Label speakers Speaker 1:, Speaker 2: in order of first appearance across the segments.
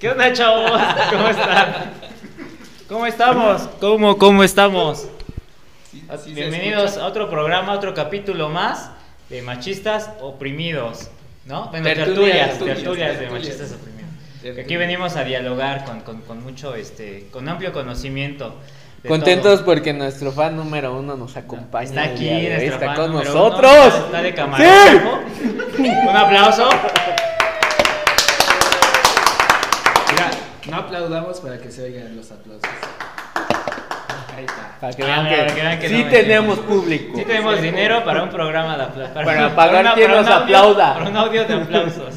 Speaker 1: ¿Qué onda, chavos? ¿Cómo están? ¿Cómo estamos? ¿Cómo, cómo estamos?
Speaker 2: Sí, así se
Speaker 1: Bienvenidos
Speaker 2: escucha.
Speaker 1: a otro programa, otro capítulo más de Machistas Oprimidos, ¿no? Bueno,
Speaker 2: Tertulias,
Speaker 1: tertulias, tertulias,
Speaker 2: tertulias,
Speaker 1: de
Speaker 2: tertulias.
Speaker 1: Machistas Oprimidos. Que Aquí
Speaker 2: Tertulias.
Speaker 1: venimos a dialogar con, con- con mucho, este, con amplio conocimiento. de
Speaker 3: Contentos
Speaker 1: todo.
Speaker 3: porque nuestro fan número uno nos acompaña.
Speaker 1: Está
Speaker 3: el
Speaker 1: aquí,
Speaker 3: día de
Speaker 1: nuestra
Speaker 3: hoy, está
Speaker 1: fan
Speaker 3: con
Speaker 1: número
Speaker 3: nosotros.
Speaker 1: uno, está- está de camarógrafo. Un aplauso.
Speaker 2: Mira, no aplaudamos para que se oigan los aplausos. Ahí está.
Speaker 3: Para que
Speaker 1: Ah,
Speaker 3: vean
Speaker 1: mira,
Speaker 3: que,
Speaker 1: para que vean que
Speaker 3: sí
Speaker 1: no
Speaker 3: tenemos
Speaker 1: mentimos.
Speaker 3: público.
Speaker 1: Sí tenemos dinero para un programa de apla-
Speaker 3: Para pagar quien
Speaker 1: para un
Speaker 3: nos
Speaker 1: audio-
Speaker 3: aplauda.
Speaker 1: Para un audio de aplausos.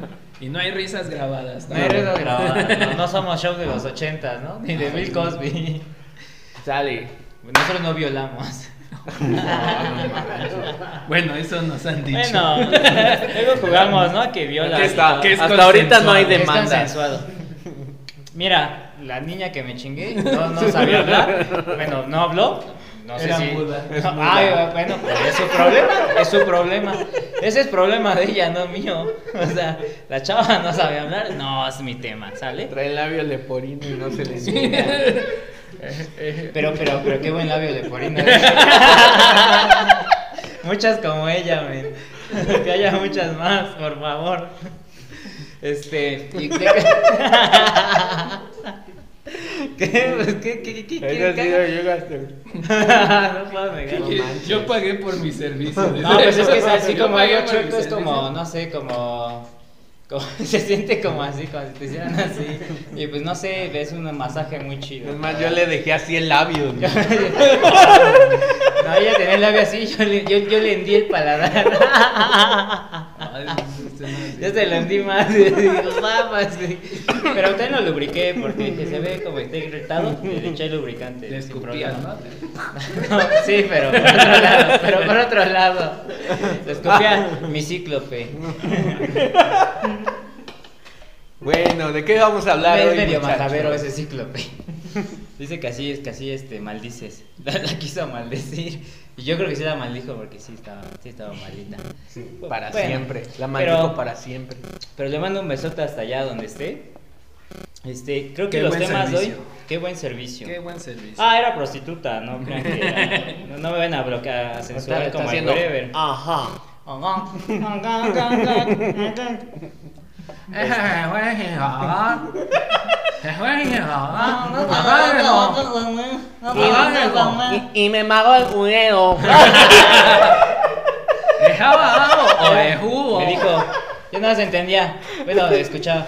Speaker 2: Y no hay risas grabadas.
Speaker 1: No, hay ruido grabado, no, no somos show de los ochentas, ¿no? Ni de Bill Cosby.
Speaker 3: Sale.
Speaker 1: Nosotros no violamos.
Speaker 2: Bueno, eso nos han dicho.
Speaker 1: Bueno, luego jugamos, ¿no? Que viola.
Speaker 3: Aquí está.
Speaker 2: que es
Speaker 3: Hasta ahorita no hay
Speaker 2: consensuado.
Speaker 1: Es
Speaker 3: demanda.
Speaker 1: consensuado. Mira, la niña que me chingué no, no sabía hablar. Bueno, no habló. No sé
Speaker 2: Era
Speaker 1: si.
Speaker 2: muda,
Speaker 1: No,
Speaker 2: es muda.
Speaker 1: ay, bueno, pues es su problema. Es su problema. Ese es problema de ella, no mío. O sea, la chava no sabe hablar. No, es mi tema, ¿sale?
Speaker 3: Trae el labio leporino y no se le entiende.
Speaker 1: Pero, pero, pero qué buen labio de porina. muchas como ella, men. Que haya muchas más, por favor. Este. y que- ¿Qué? Pues, ¿Qué? ¿Qué? ¿Qué? ¿Qué?
Speaker 3: Eso sí
Speaker 1: qué-
Speaker 3: lo llegaste.
Speaker 1: no puedo negar.
Speaker 2: Oye, Yo pagué por mi servicio.
Speaker 1: No, pues es que es así
Speaker 2: Yo
Speaker 1: como
Speaker 2: pagué
Speaker 1: algo
Speaker 2: por mi
Speaker 1: chueco, es como,
Speaker 2: servicio.
Speaker 1: no sé, como, como- Se siente como así, como si te hicieran así. Y pues no sé, es un masaje muy chido.
Speaker 3: Es más, yo le dejé así el labio. ¿no?
Speaker 1: no, ella tenía el labio así, yo le, yo, yo le hendí el paladar.
Speaker 2: Ay, este no es
Speaker 1: yo
Speaker 2: bien.
Speaker 1: se lo hendí más. y digo, "Mamas", sí. Pero usted lo lubriqué porque dije, se ve como está irritado. Le eché lubricante.
Speaker 2: Le
Speaker 1: sin
Speaker 2: escupías,
Speaker 1: problema.
Speaker 2: ¿no?
Speaker 1: No, sí, pero por otro lado. Pero por otro lado. Le escupía mi cíclope.
Speaker 3: Bueno, ¿de qué vamos a hablar
Speaker 1: es
Speaker 3: hoy?
Speaker 1: medio
Speaker 3: muchachos?
Speaker 1: majadero ese cíclope. Dice que así es, que así este, maldices. La, la quiso maldecir. Y yo creo que sí la maldijo porque sí estaba, sí estaba malita.
Speaker 3: Para
Speaker 1: Bueno,
Speaker 3: siempre. La
Speaker 1: pero-
Speaker 3: maldijo para siempre.
Speaker 1: Pero le mando un besote hasta allá donde esté. Este, creo que
Speaker 2: Qué
Speaker 1: los
Speaker 2: buen
Speaker 1: temas de hoy.
Speaker 2: servicio.
Speaker 1: Qué buen servicio.
Speaker 2: Qué buen servicio.
Speaker 1: Ah, era prostituta, no crean que era- no, no me ven a bloquear, a censurar
Speaker 3: Está- está
Speaker 1: como el
Speaker 3: haciendo,
Speaker 1: Wherever.
Speaker 3: Ajá. Y, me mago el culero.
Speaker 2: o de jugo.
Speaker 1: Me dijo, yo no las entendía. Bueno, escuchaba.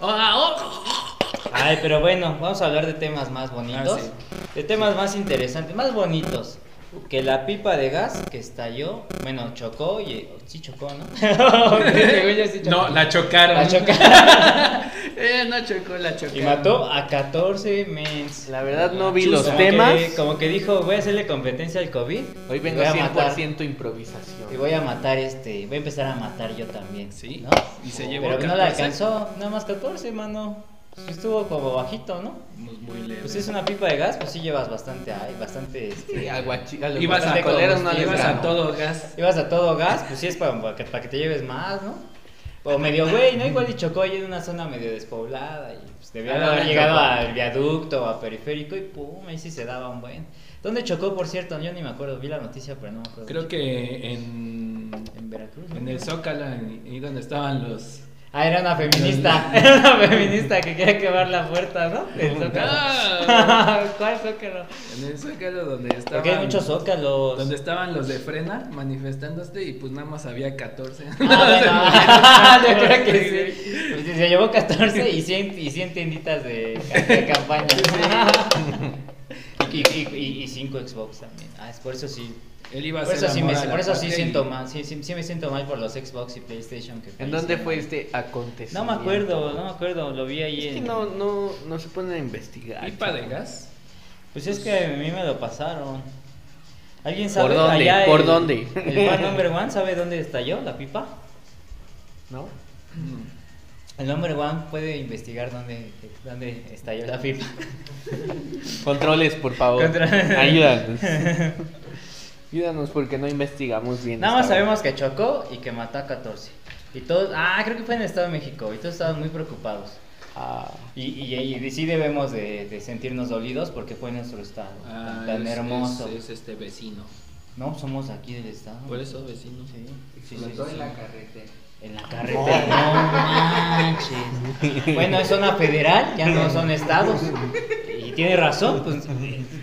Speaker 2: Oh, ah,
Speaker 1: Ay, pero bueno, vamos a hablar de temas más bonitos.
Speaker 2: Ah, sí.
Speaker 1: De temas más interesantes, más bonitos. Que la pipa de gas que estalló, bueno, chocó y. Sí, chocó, ¿no? Según yo sí chocó.
Speaker 2: No, la chocaron.
Speaker 1: La chocaron.
Speaker 2: Eh, no chocó, la chocaron.
Speaker 1: Y mató a 14 mens.
Speaker 3: La verdad no vi
Speaker 1: Chuzo.
Speaker 3: los
Speaker 1: Como
Speaker 3: temas.
Speaker 1: que- como que dijo, voy a hacerle competencia al COVID.
Speaker 3: Hoy
Speaker 1: y
Speaker 3: vengo
Speaker 1: voy a matar.
Speaker 3: 100%
Speaker 1: Y
Speaker 3: improvisación.
Speaker 1: voy a matar este, voy a empezar a matar yo también.
Speaker 2: Sí,
Speaker 1: ¿no?
Speaker 2: y se llevó
Speaker 1: Pero no la
Speaker 2: 14.
Speaker 1: alcanzó, nada más 14, mano. Pues estuvo como bajito, ¿no?
Speaker 2: Muy, muy leve.
Speaker 1: Pues si es una pipa de gas, pues sí llevas bastante, ay, bastante este,
Speaker 3: Sí, aguachi- a los
Speaker 2: Ibas a,
Speaker 3: guachicoleros no les
Speaker 2: ibas a
Speaker 3: gano.
Speaker 2: todo gas.
Speaker 1: Ibas a todo gas, pues sí es para, para que, para que te lleves más, ¿no? O medio güey, ¿no? Igual y chocó ahí en una zona medio despoblada y pues debía
Speaker 2: Ah,
Speaker 1: de haber llegado
Speaker 2: chocó.
Speaker 1: al viaducto o a periférico y pum, ahí sí se daba un buen. ¿Dónde chocó, por cierto? Yo ni me acuerdo, vi la noticia, pero no me acuerdo.
Speaker 2: Creo que en,
Speaker 1: En Veracruz. ¿no?
Speaker 2: en el Zócalo, en- ahí donde estaban los...
Speaker 1: Ah, era una feminista. Era una feminista que quería quemar la puerta, ¿no? El zócalo.
Speaker 2: No.
Speaker 1: ¿Cuál zócalo?
Speaker 2: Ah. En el Zócalo donde estaban...
Speaker 1: Porque hay muchos zócalos. Ah,
Speaker 2: Donde estaban los de Frena manifestándose y pues nada más había 14.
Speaker 1: Ah, bueno. yo creo que sí. Pues se llevó 14 y 100, y 100 tienditas de, de campaña. Y, y, y, 5 Xbox también. Ah, es por eso sí.
Speaker 2: Él iba a
Speaker 1: Por
Speaker 2: hacer
Speaker 1: eso sí,
Speaker 2: amor
Speaker 1: me,
Speaker 2: a la
Speaker 1: por eso sí
Speaker 2: patria y-
Speaker 1: siento mal. Sí, sí, sí me siento mal por los Xbox y PlayStation que
Speaker 3: ¿En dónde
Speaker 1: fallecieron.
Speaker 3: fue este
Speaker 1: No
Speaker 3: acontecimiento?
Speaker 1: me acuerdo, no me acuerdo. Lo vi ahí
Speaker 3: Es que
Speaker 1: en.
Speaker 3: no, no, no se ponen a investigar.
Speaker 2: ¿Pipa de gas?
Speaker 1: Pues es que a mí me lo pasaron. ¿Alguien sabe?
Speaker 3: ¿Por dónde?
Speaker 1: Allá
Speaker 3: ¿Por
Speaker 1: el-
Speaker 3: dónde?
Speaker 1: El fan number one sabe dónde estalló la pipa.
Speaker 3: ¿No?
Speaker 1: El hombre One puede investigar dónde, dónde estalló la pipa.
Speaker 3: Controles, por favor.
Speaker 1: Contra-
Speaker 3: Ayúdanos. Ayúdanos porque no investigamos bien.
Speaker 1: Nada más
Speaker 3: esta
Speaker 1: sabemos que chocó y que mató a 14. Y todos, ah, creo que fue en el Estado de México. Y todos estaban muy preocupados.
Speaker 3: vez. Ah,
Speaker 1: Y, y, y- y sí debemos de, de sentirnos dolidos porque fue nuestro estado.
Speaker 2: Ah,
Speaker 1: tan, tan
Speaker 2: es-
Speaker 1: hermoso.
Speaker 2: Es, es este vecino.
Speaker 1: No, somos aquí del estado.
Speaker 2: Por eso, vecino.
Speaker 1: Sí, sí, sí,
Speaker 4: Explotó
Speaker 1: sí.
Speaker 4: en la carretera.
Speaker 1: En la carretera. No manches. Bueno, es zona federal, ya no son estados. Y tiene razón, pues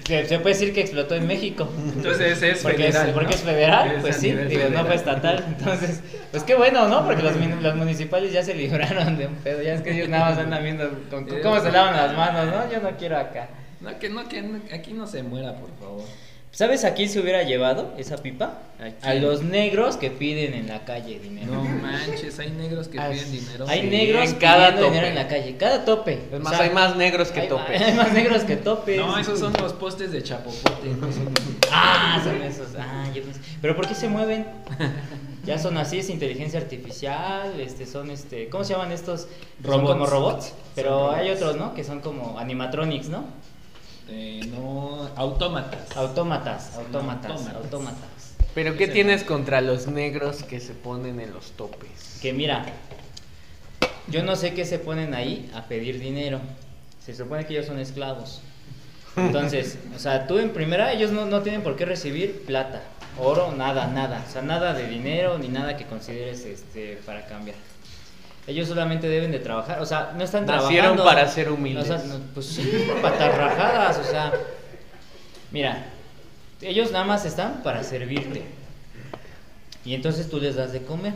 Speaker 1: se, se puede decir que explotó en México.
Speaker 2: Entonces es
Speaker 1: Porque
Speaker 2: federal.
Speaker 1: es, porque
Speaker 2: ¿no?
Speaker 1: es federal,
Speaker 2: Es
Speaker 1: pues
Speaker 2: a
Speaker 1: sí,
Speaker 2: nivel
Speaker 1: digo, no
Speaker 2: federal.
Speaker 1: fue estatal. Entonces, pues qué bueno, ¿no? Porque los, min- los municipales ya se libraron de un pedo. Ya es que ellos nada más andan viendo con- con cómo se lavan las manos, ¿no? Yo no quiero acá.
Speaker 2: No, que no, que no- aquí no se muera, por favor.
Speaker 1: ¿Sabes a quién se hubiera llevado esa pipa?
Speaker 2: ¿A quién?
Speaker 1: A los negros que piden en la calle dinero.
Speaker 2: No manches, hay negros que
Speaker 1: Ah,
Speaker 2: piden dinero.
Speaker 1: Hay
Speaker 2: Sí.
Speaker 1: negros
Speaker 3: en cada
Speaker 1: pidiendo dinero
Speaker 3: tope.
Speaker 1: en la calle, cada tope. O
Speaker 3: Es más,
Speaker 1: sea,
Speaker 3: hay más negros que
Speaker 1: hay-
Speaker 3: topes.
Speaker 1: Hay más negros que topes.
Speaker 2: No, esos son los postes de chapopote. no son los-
Speaker 1: Ah, son esos. Ah, yo pensé- Pero ¿por qué se mueven? Ya son así, es inteligencia artificial, este, son este, ¿cómo se llaman estos? Son
Speaker 2: Robots.
Speaker 1: como robots, pero
Speaker 2: robots.
Speaker 1: hay otros, ¿no? Que son como animatronics, ¿no?
Speaker 2: Eh, no, autómatas.
Speaker 1: Autómatas,
Speaker 2: Son
Speaker 1: autómatas,
Speaker 2: autómatas.
Speaker 1: autómatas.
Speaker 3: Pero ¿qué tienes contra los negros que se ponen en los topes?
Speaker 1: Que mira, yo no sé qué se ponen ahí a pedir dinero. Se supone que ellos son esclavos. Entonces, o sea, tú en primera, ellos no, no tienen por qué recibir plata, oro, nada, nada. O sea, nada de dinero ni nada que consideres este, para cambiar. Ellos solamente deben de trabajar, o sea, no están
Speaker 3: Nacieron
Speaker 1: trabajando.
Speaker 3: para ser humildes.
Speaker 1: O sea, no- pues sí, patarrajadas, o sea. Mira, ellos nada más están para servirte. Y entonces tú les das de comer.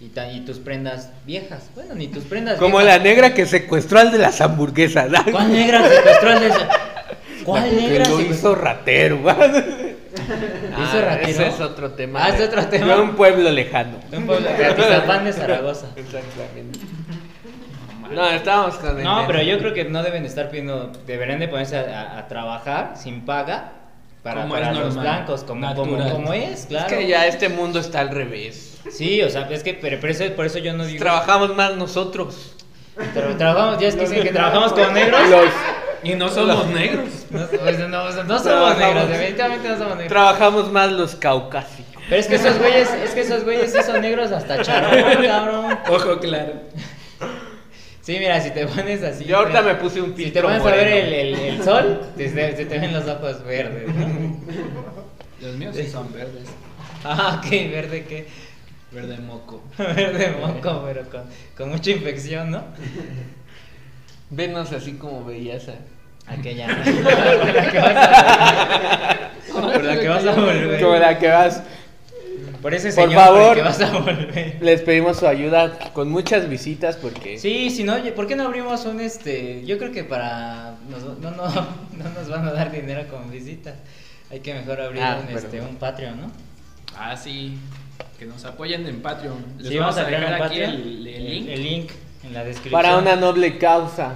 Speaker 1: Y, ta- y tus prendas viejas. Bueno, ni tus prendas
Speaker 3: Como la
Speaker 1: viejas.
Speaker 3: negra que secuestró al de las hamburguesas.
Speaker 1: ¿Cuál negra secuestró al de esa-
Speaker 3: La
Speaker 1: ¿Cuál
Speaker 3: que
Speaker 1: negra
Speaker 3: lo
Speaker 1: secuestró?
Speaker 3: hizo ratero. ¿Hizo
Speaker 1: ¿Hizo ratero?
Speaker 3: Ah, Ese es otro tema.
Speaker 1: Ah, es
Speaker 3: de-
Speaker 1: otro tema.
Speaker 3: De un pueblo lejano.
Speaker 1: De un pueblo- de Atizapán de Zaragoza.
Speaker 3: Exactamente. No, estábamos con el
Speaker 1: No,
Speaker 3: tema.
Speaker 1: pero yo creo que no deben estar pidiendo, deberían de ponerse a, a- a trabajar sin paga para,
Speaker 2: Como es
Speaker 1: para los
Speaker 2: normal,
Speaker 1: blancos, como, como,
Speaker 2: natural.
Speaker 1: como es, claro.
Speaker 3: Es que ya este mundo está al revés.
Speaker 1: Sí, o sea, es que pero, pero eso- por eso yo no digo...
Speaker 3: Trabajamos más nosotros.
Speaker 1: Tra- trabajamos, ya es que dicen que trabajamos con negros.
Speaker 2: Y no somos negros.
Speaker 1: No, pues, no, no somos
Speaker 3: Trabajamos.
Speaker 1: negros, definitivamente no somos negros.
Speaker 3: Trabajamos más los caucásicos.
Speaker 1: Pero es que esos güeyes, es que esos güeyes sí son negros hasta charón, cabrón.
Speaker 2: Ojo claro.
Speaker 1: Sí, mira, si te pones así.
Speaker 3: Yo ahorita
Speaker 1: mira,
Speaker 3: me puse un
Speaker 1: Si te
Speaker 3: filtro
Speaker 1: pones a ver el,
Speaker 3: moreno.
Speaker 1: el- el sol, te- se se te ven los ojos verdes, ¿no?
Speaker 2: Los míos sí son verdes.
Speaker 1: Ah, ok, verde qué.
Speaker 2: Verde moco.
Speaker 1: Verde moco, pero con, con mucha infección, ¿no?
Speaker 3: Venos así como veías ¿eh? a...
Speaker 1: Aquella. Por la que vas a volver. Por la que vas a volver.
Speaker 3: Como la que vas.
Speaker 1: Por ese
Speaker 3: Por
Speaker 1: señor por el
Speaker 3: favor.
Speaker 1: que vas a volver.
Speaker 3: Les pedimos su ayuda con muchas visitas porque...
Speaker 1: Sí, si no, oye, ¿por qué no abrimos un este? Yo creo que para nos- no, no, no nos van a dar dinero con visitas. Hay que mejor abrir
Speaker 3: Ah,
Speaker 1: un,
Speaker 3: pero-
Speaker 1: este, un Patreon, ¿no?
Speaker 2: Ah, sí. Que nos apoyen en Patreon. Les
Speaker 1: Sí,
Speaker 2: vamos, a
Speaker 1: crear
Speaker 2: dejar
Speaker 1: un
Speaker 2: aquí
Speaker 1: Patreon.
Speaker 2: el, el link.
Speaker 1: El link en la descripción.
Speaker 3: Para una noble causa.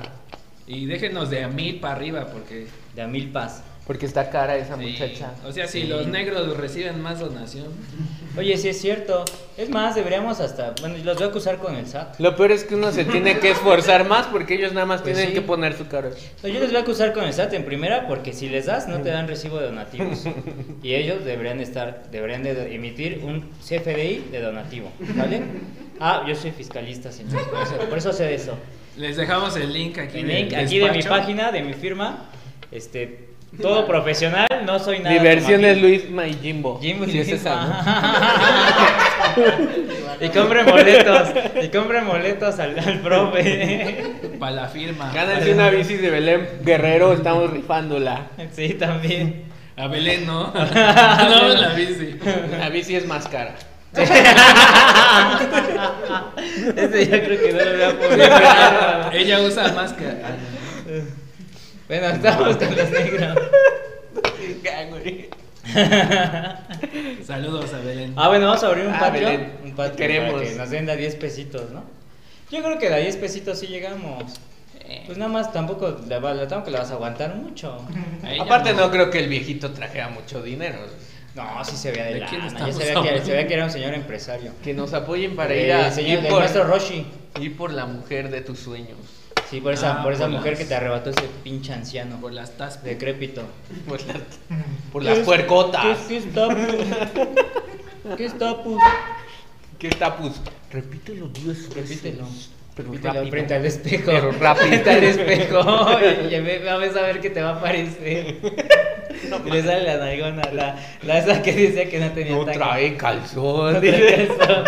Speaker 2: Y déjenos de a mil para arriba porque...
Speaker 1: De a mil paz.
Speaker 3: Porque está cara esa
Speaker 2: sí.
Speaker 3: muchacha.
Speaker 2: O sea, si
Speaker 1: Sí.
Speaker 2: los negros reciben más donación.
Speaker 1: Oye, sí es cierto. Es más, deberíamos hasta. Bueno, los voy a acusar con el SAT.
Speaker 3: Lo peor es que uno se tiene que esforzar más porque ellos nada más
Speaker 1: Pues
Speaker 3: tienen
Speaker 1: sí.
Speaker 3: que poner su cara.
Speaker 1: No, Pues yo les voy a acusar con el SAT en primera porque si les das no te dan recibo de donativos. Y ellos deberían estar, deberían de emitir un CFDI de donativo, ¿vale? Ah, yo soy fiscalista, señor. Por eso, por eso sé de eso.
Speaker 2: Les dejamos el link aquí.
Speaker 1: El
Speaker 2: del
Speaker 1: link aquí de mi
Speaker 2: despacho.
Speaker 1: página, de mi firma, este, todo profesional, no soy nada.
Speaker 3: Diversiones
Speaker 1: como a mí.
Speaker 3: Luis Mayimbo.
Speaker 1: Jim
Speaker 3: Sí,
Speaker 1: Luis,
Speaker 3: es esa, ¿no?
Speaker 1: ajá. Y compren boletos, y compren boletos al, al profe.
Speaker 2: Para la firma.
Speaker 3: Gánense una bici de Belén Guerrero, estamos rifándola.
Speaker 1: Sí, también.
Speaker 2: A Belén, ¿no? no, la bici.
Speaker 3: La bici es más cara.
Speaker 1: Ese ya creo que no lo voy a publicar.
Speaker 2: pues, Ella usa máscara.
Speaker 1: Bueno, estamos con los negros.
Speaker 2: Saludos a Belén.
Speaker 1: Ah, bueno, vamos a abrir un
Speaker 3: Ah,
Speaker 1: Patreon.
Speaker 3: Belén,
Speaker 1: un Patreon
Speaker 3: queremos.
Speaker 1: para que nos den de a 10 pesitos, ¿no? Yo creo que de a 10 pesitos sí llegamos.
Speaker 3: Eh.
Speaker 1: Pues nada más tampoco la, va- la- tampoco la vas a aguantar mucho.
Speaker 2: A ella
Speaker 3: Aparte no creo que el viejito trajera mucho dinero.
Speaker 1: No, sí se veía de,
Speaker 4: ¿De
Speaker 1: lana.
Speaker 4: quién
Speaker 1: Ya
Speaker 4: estamos
Speaker 1: se veía, que,
Speaker 4: hablando?
Speaker 1: se veía que era un señor empresario.
Speaker 3: Que nos apoyen para
Speaker 1: Eh,
Speaker 3: ir a
Speaker 1: el señor,
Speaker 3: ir
Speaker 1: el
Speaker 3: por,
Speaker 1: maestro Roshi.
Speaker 3: ir por la mujer de tus sueños.
Speaker 1: Sí, por esa,
Speaker 2: Ah,
Speaker 1: por esa
Speaker 2: por
Speaker 1: mujer
Speaker 2: las-
Speaker 1: que te arrebató ese pinche anciano.
Speaker 2: Por las tasas.
Speaker 1: Decrépito.
Speaker 3: Por las, por las puercotas.
Speaker 1: ¿Qué, está, ¿Qué está, pues?
Speaker 3: ¿Qué tapus? pues, Repítelo, Dios.
Speaker 1: Repítelo.
Speaker 3: Pero
Speaker 1: Repítelo
Speaker 3: rápido.
Speaker 1: frente al espejo.
Speaker 3: Pero rápido.
Speaker 1: Frente al espejo. Y, y ve- vas a ver que te va a aparecer. y le sale la nalgona, la, la esa que decía que no tenía
Speaker 3: No
Speaker 1: tacto.
Speaker 3: trae calzón.
Speaker 1: No trae calzón.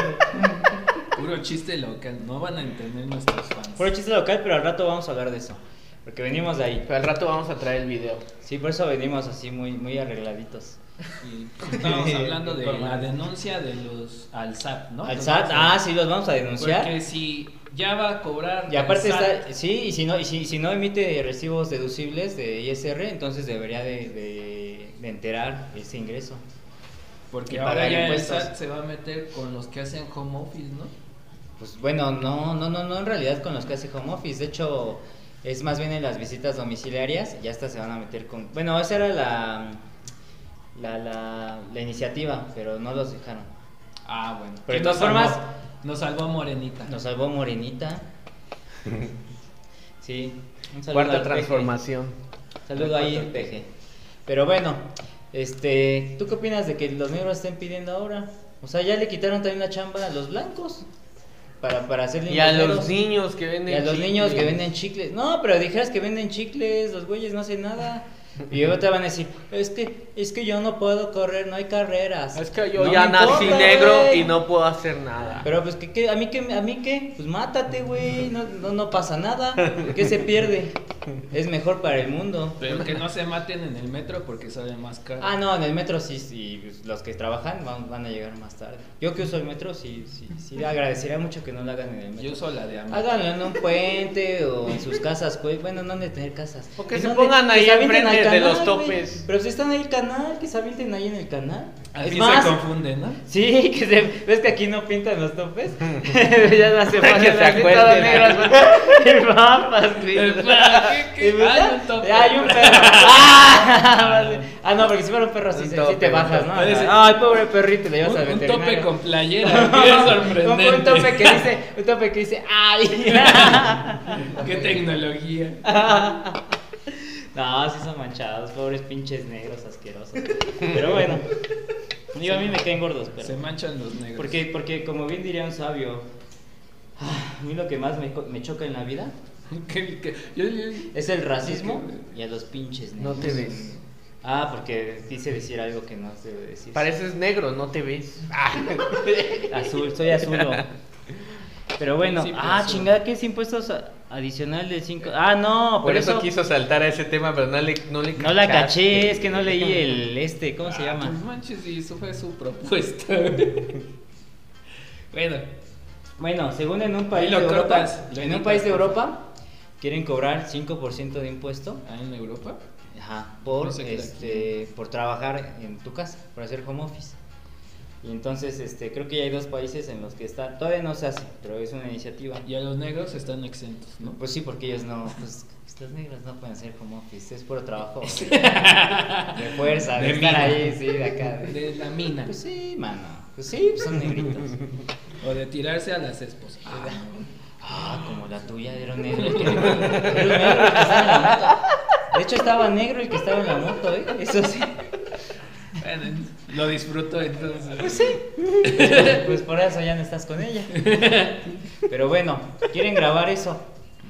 Speaker 2: Puro chiste local. No van a entender nuestros fans.
Speaker 1: Fue un chiste local, pero al rato vamos a hablar de eso. Porque venimos de ahí.
Speaker 3: Pero al rato vamos a traer el video.
Speaker 1: Sí, por eso venimos así muy, muy arregladitos.
Speaker 2: Y pues, estábamos hablando de la denuncia de los al SAT, ¿no?
Speaker 1: Al SAT, ah, sí, los vamos a denunciar.
Speaker 2: Porque si ya va a cobrar.
Speaker 1: Y aparte
Speaker 2: el SAT,
Speaker 1: está, sí, y si no, y si, si no emite recibos deducibles de ISR, entonces debería de, de- de enterar ese ingreso. y
Speaker 2: Porque ahora
Speaker 1: pagar
Speaker 2: ya
Speaker 1: impuestos.
Speaker 2: el SAT se va a meter con los que hacen home office, ¿no?
Speaker 1: Pues bueno, no, no, no, no en realidad con los que hace home office. De hecho, es más bien en las visitas domiciliarias, ya hasta se van a meter con. Bueno, esa era la la, la, la iniciativa, pero no los dejaron.
Speaker 2: Ah, bueno.
Speaker 1: Pero de
Speaker 2: Que
Speaker 1: todas
Speaker 2: nos salvó-
Speaker 1: formas-
Speaker 2: Nos salvó Morenita.
Speaker 1: Nos salvó Morenita. Sí. un saludo al
Speaker 3: Cuarta
Speaker 1: Peje.
Speaker 3: transformación.
Speaker 1: Saludo ahí, Peje. Pero bueno, este, ¿tú qué opinas de que los negros estén pidiendo ahora? O sea, ya le quitaron también la chamba a los blancos para, para hacer
Speaker 3: Y a
Speaker 1: limpiaderos.
Speaker 3: los niños que venden.
Speaker 1: Y a los
Speaker 3: chicles.
Speaker 1: niños que venden chicles. No, pero dijeras que venden chicles, los güeyes no hacen nada. Y luego te van a decir, es que, es que yo no puedo correr, no hay carreras.
Speaker 3: Es que yo
Speaker 1: No
Speaker 3: ya
Speaker 1: me
Speaker 3: nací
Speaker 1: importa,
Speaker 3: negro
Speaker 1: güey.
Speaker 3: y no puedo hacer nada.
Speaker 1: Pero pues que, que- a mí que a mí qué, pues mátate, güey, no, no, no pasa nada, ¿qué se pierde? Es mejor para el mundo.
Speaker 2: Pero que no se maten en el metro porque sale más caro.
Speaker 1: Ah, no, en el metro sí, sí, pues, los que trabajan van, van a llegar más tarde. Yo que uso el metro sí, sí, sí, agradecería mucho que no lo hagan en el
Speaker 2: Yo
Speaker 1: metro.
Speaker 2: uso la de América.
Speaker 1: Háganlo en un puente o en sus casas, pues, bueno, no han de tener casas.
Speaker 3: O que
Speaker 1: Y
Speaker 3: se
Speaker 1: no han de-
Speaker 3: pongan
Speaker 1: que
Speaker 3: ahí
Speaker 1: se avienten
Speaker 3: enfrente
Speaker 1: al
Speaker 3: de los
Speaker 1: canal, güey.
Speaker 3: topes.
Speaker 1: Pero si están ahí el canal, que se avienten ahí en el canal.
Speaker 2: Así
Speaker 1: es
Speaker 2: se
Speaker 1: más,
Speaker 2: confunde, ¿no?
Speaker 1: Sí, que se, ves que aquí no pintan los topes. ya no hace falta
Speaker 3: Que se
Speaker 1: la
Speaker 3: acuerden.
Speaker 1: pintada negra, Y papas, güey.
Speaker 2: El plan, ¿qué, qué?
Speaker 1: Y pues,
Speaker 2: Hay un tope.
Speaker 1: ya hay un perro. Ah, ah, no, porque si fuera un perro sí,
Speaker 3: Un
Speaker 1: sí
Speaker 3: tope,
Speaker 1: te
Speaker 3: un
Speaker 1: bajas,
Speaker 3: tope.
Speaker 1: ¿no?
Speaker 2: Puede ser.
Speaker 1: Ay, pobre perrito, le llevas
Speaker 2: Un,
Speaker 1: al
Speaker 2: un
Speaker 1: veterinario.
Speaker 2: tope con playera. Qué sorprendente.
Speaker 1: Un, un tope que dice, un tope que dice, ay.
Speaker 2: Qué tecnología.
Speaker 1: No, sí son manchados, pobres pinches negros asquerosos. Pero bueno, digo, a mí me caen gordos, pero.
Speaker 2: Se manchan los negros.
Speaker 1: Porque, porque como bien diría un sabio, ah, a mí lo que más me, co- me choca en la vida
Speaker 2: Que- que- yo- yo-
Speaker 1: es el racismo y a los pinches
Speaker 3: No
Speaker 1: negros.
Speaker 3: te ves.
Speaker 1: Ah, porque quise decir algo que no se debe decir.
Speaker 3: Pareces negro, no te ves.
Speaker 1: Azul, soy azul. Pero bueno,
Speaker 2: Sí, pues,
Speaker 1: ah,
Speaker 2: azul.
Speaker 1: chingada, ¿qué es impuestos a- adicional del 5? Ah, no, por,
Speaker 3: Por, eso, quiso saltar a ese tema, pero no le, no le
Speaker 1: No la
Speaker 3: cachaste.
Speaker 1: caché, es que no leí el este, ¿cómo se
Speaker 2: Ah,
Speaker 1: llama?
Speaker 2: pues manches, y eso fue su propuesta. bueno,
Speaker 1: Bueno, según en un país
Speaker 2: lo
Speaker 1: de Europa,
Speaker 2: cortas, lo
Speaker 1: en un
Speaker 2: editas,
Speaker 1: país de
Speaker 2: pues.
Speaker 1: Europa quieren cobrar 5% de impuesto
Speaker 2: ah, en Europa.
Speaker 1: Ajá, por,
Speaker 2: No se queda
Speaker 1: este, por trabajar en tu casa, por hacer home office. Y entonces, este, creo que ya hay dos países en los que está, todavía no se hace, pero es una iniciativa.
Speaker 2: Y a los negros están exentos, ¿no?
Speaker 1: Pues sí, porque ellos no, pues, pues los negros no pueden hacer home office, es puro trabajo de fuerza, de,
Speaker 2: De
Speaker 1: estar
Speaker 2: mina.
Speaker 1: ahí, sí, de acá. de-
Speaker 2: De la mina.
Speaker 1: Pues sí, mano, pues sí, pues son negritos.
Speaker 2: O de tirarse a las esposas.
Speaker 1: Ah, como la tuya, era un negro. el que- Era un negro el que estaba en la moto. De hecho, estaba negro el que estaba en la moto, ¿eh? Eso sí.
Speaker 2: Bueno, lo disfruto entonces.
Speaker 1: pues por eso ya no estás con ella. Pero bueno, quieren grabar eso.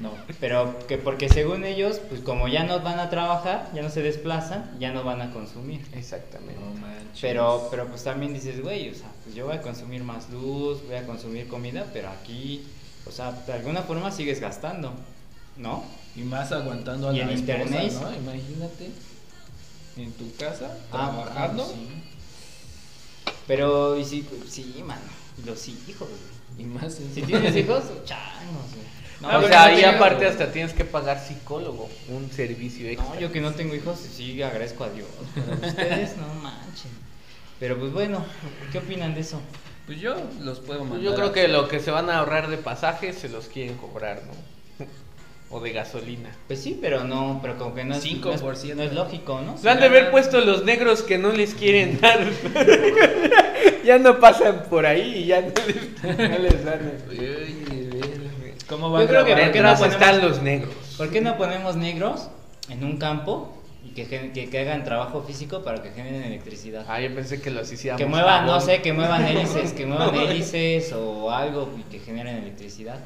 Speaker 2: No.
Speaker 1: Pero que porque según ellos, pues como ya no van a trabajar, ya no se desplazan, ya no van a consumir.
Speaker 3: Exactamente.
Speaker 2: No manches.
Speaker 1: Pero, pero pues también dices, güey, o sea, pues yo voy a consumir más luz, voy a consumir comida, pero aquí, o sea, de alguna forma sigues gastando, ¿no?
Speaker 2: Y más aguantando a
Speaker 1: Y
Speaker 2: la
Speaker 1: en
Speaker 2: esposa,
Speaker 1: internet.
Speaker 2: ¿no? Imagínate. En tu casa,
Speaker 1: Ah,
Speaker 2: trabajando.
Speaker 1: sí. Pero, y sí, sí, mano, y los hijos, güey.
Speaker 2: Y más en-
Speaker 1: Si tienes hijos, changos, güey. No,
Speaker 2: Ah,
Speaker 3: o
Speaker 1: pero no
Speaker 3: sea, ahí
Speaker 1: tengo-
Speaker 3: aparte hasta tienes que pagar psicólogo, un servicio extra.
Speaker 1: No, yo que no tengo hijos, sí agradezco a Dios. pero ustedes no manchen. Pero pues bueno, ¿qué opinan de eso?
Speaker 2: Pues yo los puedo mandar.
Speaker 3: Yo creo
Speaker 2: a-
Speaker 3: que lo que se van a ahorrar de pasajes se los quieren cobrar, ¿no? o de gasolina.
Speaker 1: Pues sí, pero no, pero como que no es,
Speaker 2: Cinco
Speaker 1: no es-
Speaker 2: por ciento.
Speaker 1: no es lógico, ¿no?
Speaker 3: Lo han de haber puesto los negros que no les quieren dar. ya no pasan por ahí y ya no les, no les dan.
Speaker 2: ¿Cómo
Speaker 1: Yo creo que ¿por qué no
Speaker 3: Mientras están
Speaker 1: ponemos-
Speaker 3: los negros.
Speaker 1: ¿Por qué no ponemos negros en un campo y que, gen- que, que hagan trabajo físico para que generen electricidad?
Speaker 3: Ah, yo pensé que los hicieran.
Speaker 1: que muevan, no sé, que muevan hélices, que muevan hélices o algo y que generen electricidad,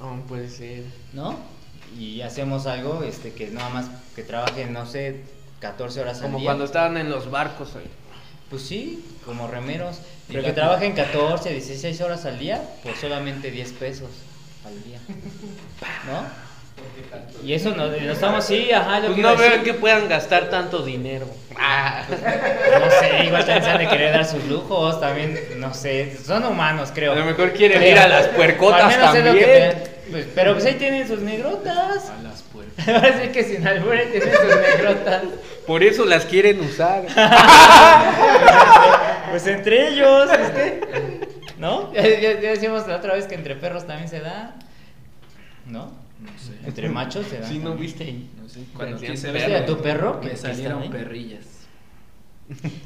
Speaker 3: No, puede ser.
Speaker 1: ¿no? Y hacemos algo este que nada más que trabajen, no sé, 14 horas al
Speaker 3: Como
Speaker 1: día.
Speaker 3: cuando estaban en los barcos. ahí.
Speaker 1: Pues sí, como remeros.
Speaker 2: Y
Speaker 1: Pero
Speaker 2: la-
Speaker 1: que trabajen 14, 16 horas al día por solamente 10 pesos al día. ¿No? Y eso no, no estamos, sí, ajá, lo
Speaker 3: Pues
Speaker 1: que
Speaker 3: no
Speaker 1: iba a
Speaker 3: veo
Speaker 1: decir.
Speaker 3: que puedan gastar tanto dinero. Ah.
Speaker 1: No sé, igual también se han de querer dar sus lujos, también, no sé, son humanos, creo.
Speaker 3: A lo mejor quieren
Speaker 1: Creo.
Speaker 3: ir a las puercotas
Speaker 1: Al menos es lo que
Speaker 3: también.
Speaker 1: me- pues, pero pues ahí tienen sus negrotas.
Speaker 2: A las puertas.
Speaker 1: Ahora sí que sin albure tienen sus negrotas.
Speaker 3: Por eso las quieren usar.
Speaker 1: Pues entre ellos, este, ¿no? Ya, ya- ya decíamos la otra vez que entre perros también se da, ¿no?
Speaker 2: No sé.
Speaker 1: Entre machos se da.
Speaker 3: Si no
Speaker 1: también.
Speaker 3: viste ahí.
Speaker 2: No sé. Cuando
Speaker 3: Vendían
Speaker 2: quise
Speaker 1: perros.
Speaker 2: verlo,
Speaker 1: ¿A tu perro? ¿Que-
Speaker 2: Me
Speaker 1: que estaba
Speaker 2: salieron
Speaker 1: ahí?
Speaker 2: perrillas.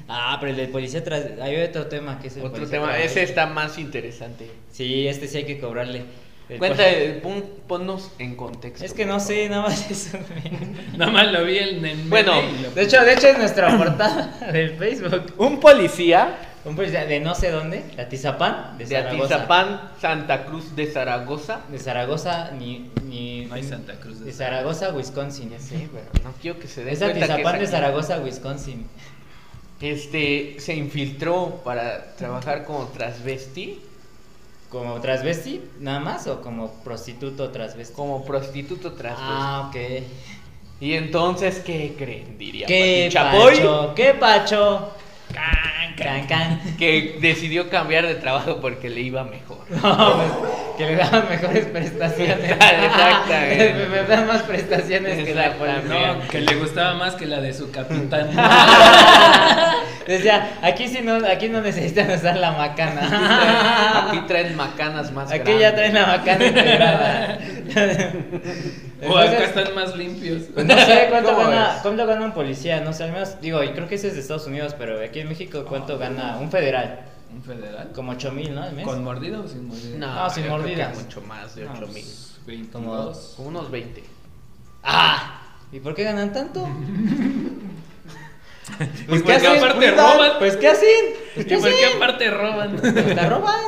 Speaker 1: Ah, pero el de policía tras... Hay otro tema que es el
Speaker 3: Otro
Speaker 1: policía
Speaker 3: tema,
Speaker 1: tras-
Speaker 3: ese está más interesante.
Speaker 1: Sí, este sí hay que cobrarle. El
Speaker 3: Cuenta, eh,
Speaker 1: poli-
Speaker 3: pon- ponnos en contexto.
Speaker 1: Pues, Es que no sé, nada más eso. güey.
Speaker 2: Nada más lo vi en el meme
Speaker 3: Bueno,
Speaker 2: y lo-
Speaker 1: De hecho, de hecho es nuestra portada del Facebook.
Speaker 3: Un policía
Speaker 1: Un policía de no sé dónde, de Atizapán, de,
Speaker 3: de
Speaker 1: Zaragoza.
Speaker 3: Atizapán, Santa Cruz de Zaragoza.
Speaker 1: De Zaragoza, ni... ni
Speaker 2: No hay Santa Cruz de
Speaker 1: de Zaragoza, Wisconsin.
Speaker 3: Ya sé, pero no quiero que se den
Speaker 1: Es
Speaker 3: cuenta que es
Speaker 1: Atizapán de
Speaker 3: aquí.
Speaker 1: Zaragoza, Wisconsin.
Speaker 3: Este, se infiltró para trabajar como transvesti,
Speaker 1: ¿Como transvesti nada más o como prostituto transvesti?
Speaker 3: como prostituto transvesti.
Speaker 1: Ah, ok.
Speaker 3: Y entonces, ¿qué creen? Diría
Speaker 1: ¿Qué
Speaker 3: Pati Chapoy,
Speaker 1: pacho? ¿Qué pacho? Can, can, can.
Speaker 3: que decidió cambiar de trabajo porque le iba mejor.
Speaker 1: No, pues, que le daban mejores prestaciones.
Speaker 3: Exactamente.
Speaker 1: Me- Me dan más prestaciones que la
Speaker 3: Exactamente.
Speaker 1: policía.
Speaker 2: No, que le gustaba más que la de su capitán.
Speaker 1: Decía, aquí sí no, aquí no necesitan usar la macana.
Speaker 3: Aquí traen macanas más
Speaker 1: Aquí ya
Speaker 3: grandes.
Speaker 1: traen la macana integrada.
Speaker 2: o acá
Speaker 1: Entonces,
Speaker 2: están más limpios.
Speaker 1: Pues no sé cuánto
Speaker 3: ¿Cómo
Speaker 1: gana,
Speaker 3: ves?
Speaker 1: cuánto gana un policía, no sé, al menos, digo, y creo que ese es de Estados Unidos, pero aquí en México, ¿cuánto
Speaker 2: Ah.
Speaker 1: gana un federal?
Speaker 2: ¿Un federal?
Speaker 1: Como 8 mil, ¿no? Al mes.
Speaker 2: ¿Con mordida o sin mordida?
Speaker 3: No,
Speaker 1: Ah, sin
Speaker 3: yo creo que
Speaker 1: mordidas.
Speaker 3: Mucho más de
Speaker 1: No,
Speaker 3: 8 mil.
Speaker 2: Pues, 22.
Speaker 1: Como dos.
Speaker 3: Como unos 20.
Speaker 1: ¡Ah! ¿Y por qué ganan tanto?
Speaker 2: Pues porque aparte roban.
Speaker 1: Pues ¿qué hacen? Pues,
Speaker 2: ¿Y
Speaker 1: ¿qué
Speaker 2: por qué
Speaker 1: hacen?
Speaker 2: aparte roban?
Speaker 1: Pues, la roban.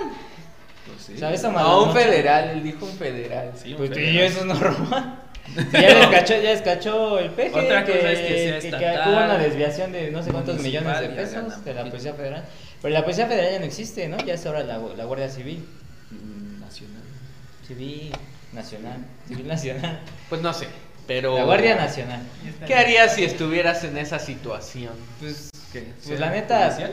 Speaker 2: Pues sí.
Speaker 1: ¿Sabes? A
Speaker 3: No, un federal, él dijo un federal.
Speaker 2: Sí, un
Speaker 1: Pues tú
Speaker 2: federal.
Speaker 1: y esos no roban. Ya les cachó, ya les cachó el peje.
Speaker 2: Otra cosa es que sea estatal,
Speaker 1: hubo una desviación de no sé cuántos
Speaker 2: municipal,
Speaker 1: millones de
Speaker 2: ya
Speaker 1: pesos
Speaker 2: ganan
Speaker 1: de la
Speaker 2: poquito.
Speaker 1: Policía Federal. Pero la Policía Federal ya no existe, ¿no? Ya es ahora la, la Guardia Civil.
Speaker 2: Mm, Nacional.
Speaker 1: Civil Nacional. Civil Nacional.
Speaker 3: Pues no sé, pero...
Speaker 1: La Guardia Nacional.
Speaker 3: ¿Qué harías si estuvieras en esa situación?
Speaker 1: Pues,
Speaker 2: ¿Qué?
Speaker 1: pues la neta,
Speaker 2: ¿Policial?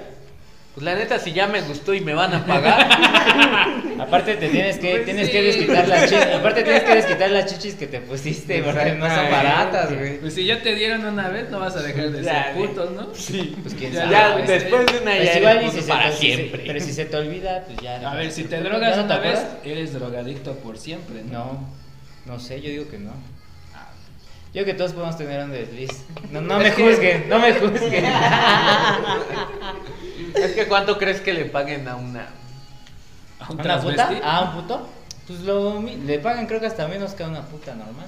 Speaker 3: Pues la neta, si ya me gustó y me van a pagar,
Speaker 1: aparte te tienes que,
Speaker 2: Pues
Speaker 1: tienes
Speaker 2: sí.
Speaker 1: que desquitar las chichis. Aparte tienes que desquitar las chichis que te pusiste, porque no son
Speaker 3: Exactamente.
Speaker 1: baratas, güey.
Speaker 2: Pues si ya te dieron una vez, no vas a dejar de
Speaker 3: Ya,
Speaker 2: ser putos, ¿no? Sí.
Speaker 1: Pues quién
Speaker 2: Ya,
Speaker 1: sabe.
Speaker 3: ya
Speaker 2: este,
Speaker 3: después de una
Speaker 1: Pues
Speaker 3: ya
Speaker 1: igual y
Speaker 3: eres
Speaker 1: si
Speaker 3: puto
Speaker 1: se
Speaker 3: para
Speaker 1: te- si se-
Speaker 3: siempre.
Speaker 1: pero si se te olvida, pues ya.
Speaker 2: A ver, si te
Speaker 1: ¿Ya
Speaker 2: drogas
Speaker 1: no te
Speaker 2: una vez,
Speaker 1: acuerdas?
Speaker 2: eres drogadicto por siempre, ¿no?
Speaker 1: No, no sé, yo digo que no.
Speaker 2: Ah.
Speaker 1: Yo digo que todos podemos tener un desliz. No, no me
Speaker 3: Es que-
Speaker 1: juzguen, no me juzguen.
Speaker 3: Es que ¿cuánto crees que le paguen a una...?
Speaker 2: ¿A un
Speaker 1: ¿Una puta? Ah.
Speaker 2: transvesti?
Speaker 1: ¿A un puto? Pues lo, mi- le pagan creo que hasta menos que a una puta normal.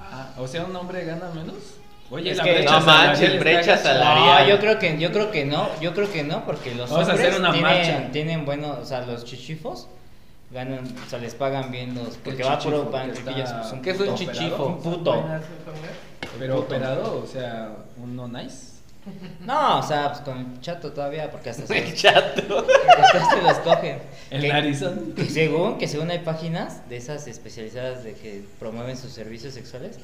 Speaker 2: Ah, o sea, un hombre gana menos. Oye,
Speaker 1: Es
Speaker 2: la
Speaker 1: que-
Speaker 2: brecha
Speaker 1: no
Speaker 2: salarial
Speaker 3: manches,
Speaker 2: está
Speaker 3: brecha
Speaker 2: gacha.
Speaker 3: salarial.
Speaker 1: No,
Speaker 3: Salarial.
Speaker 1: yo creo que, yo creo que no, yo creo que no, porque los
Speaker 2: Vamos a
Speaker 1: hombres
Speaker 2: hacer una
Speaker 1: tienen,
Speaker 2: marcha.
Speaker 1: tienen bueno, o sea, los chichifos ganan, o sea, les pagan bien los, porque
Speaker 2: ¿Qué
Speaker 1: va
Speaker 2: chichifo?
Speaker 1: puro pan,
Speaker 2: ¿Que
Speaker 1: chiquillos,
Speaker 2: está
Speaker 1: pues, un
Speaker 3: ¿Qué es un
Speaker 1: puto.
Speaker 3: chichifo?
Speaker 1: Un puto.
Speaker 2: Ah, Pero operado, o sea, un no nice.
Speaker 1: No, o sea, pues con el chato todavía, porque hasta se
Speaker 3: El
Speaker 1: los,
Speaker 3: chato.
Speaker 1: hasta se los cogen.
Speaker 2: El
Speaker 1: Que-
Speaker 2: narizón.
Speaker 1: Que según, que según hay páginas de esas especializadas de que promueven sus servicios sexuales,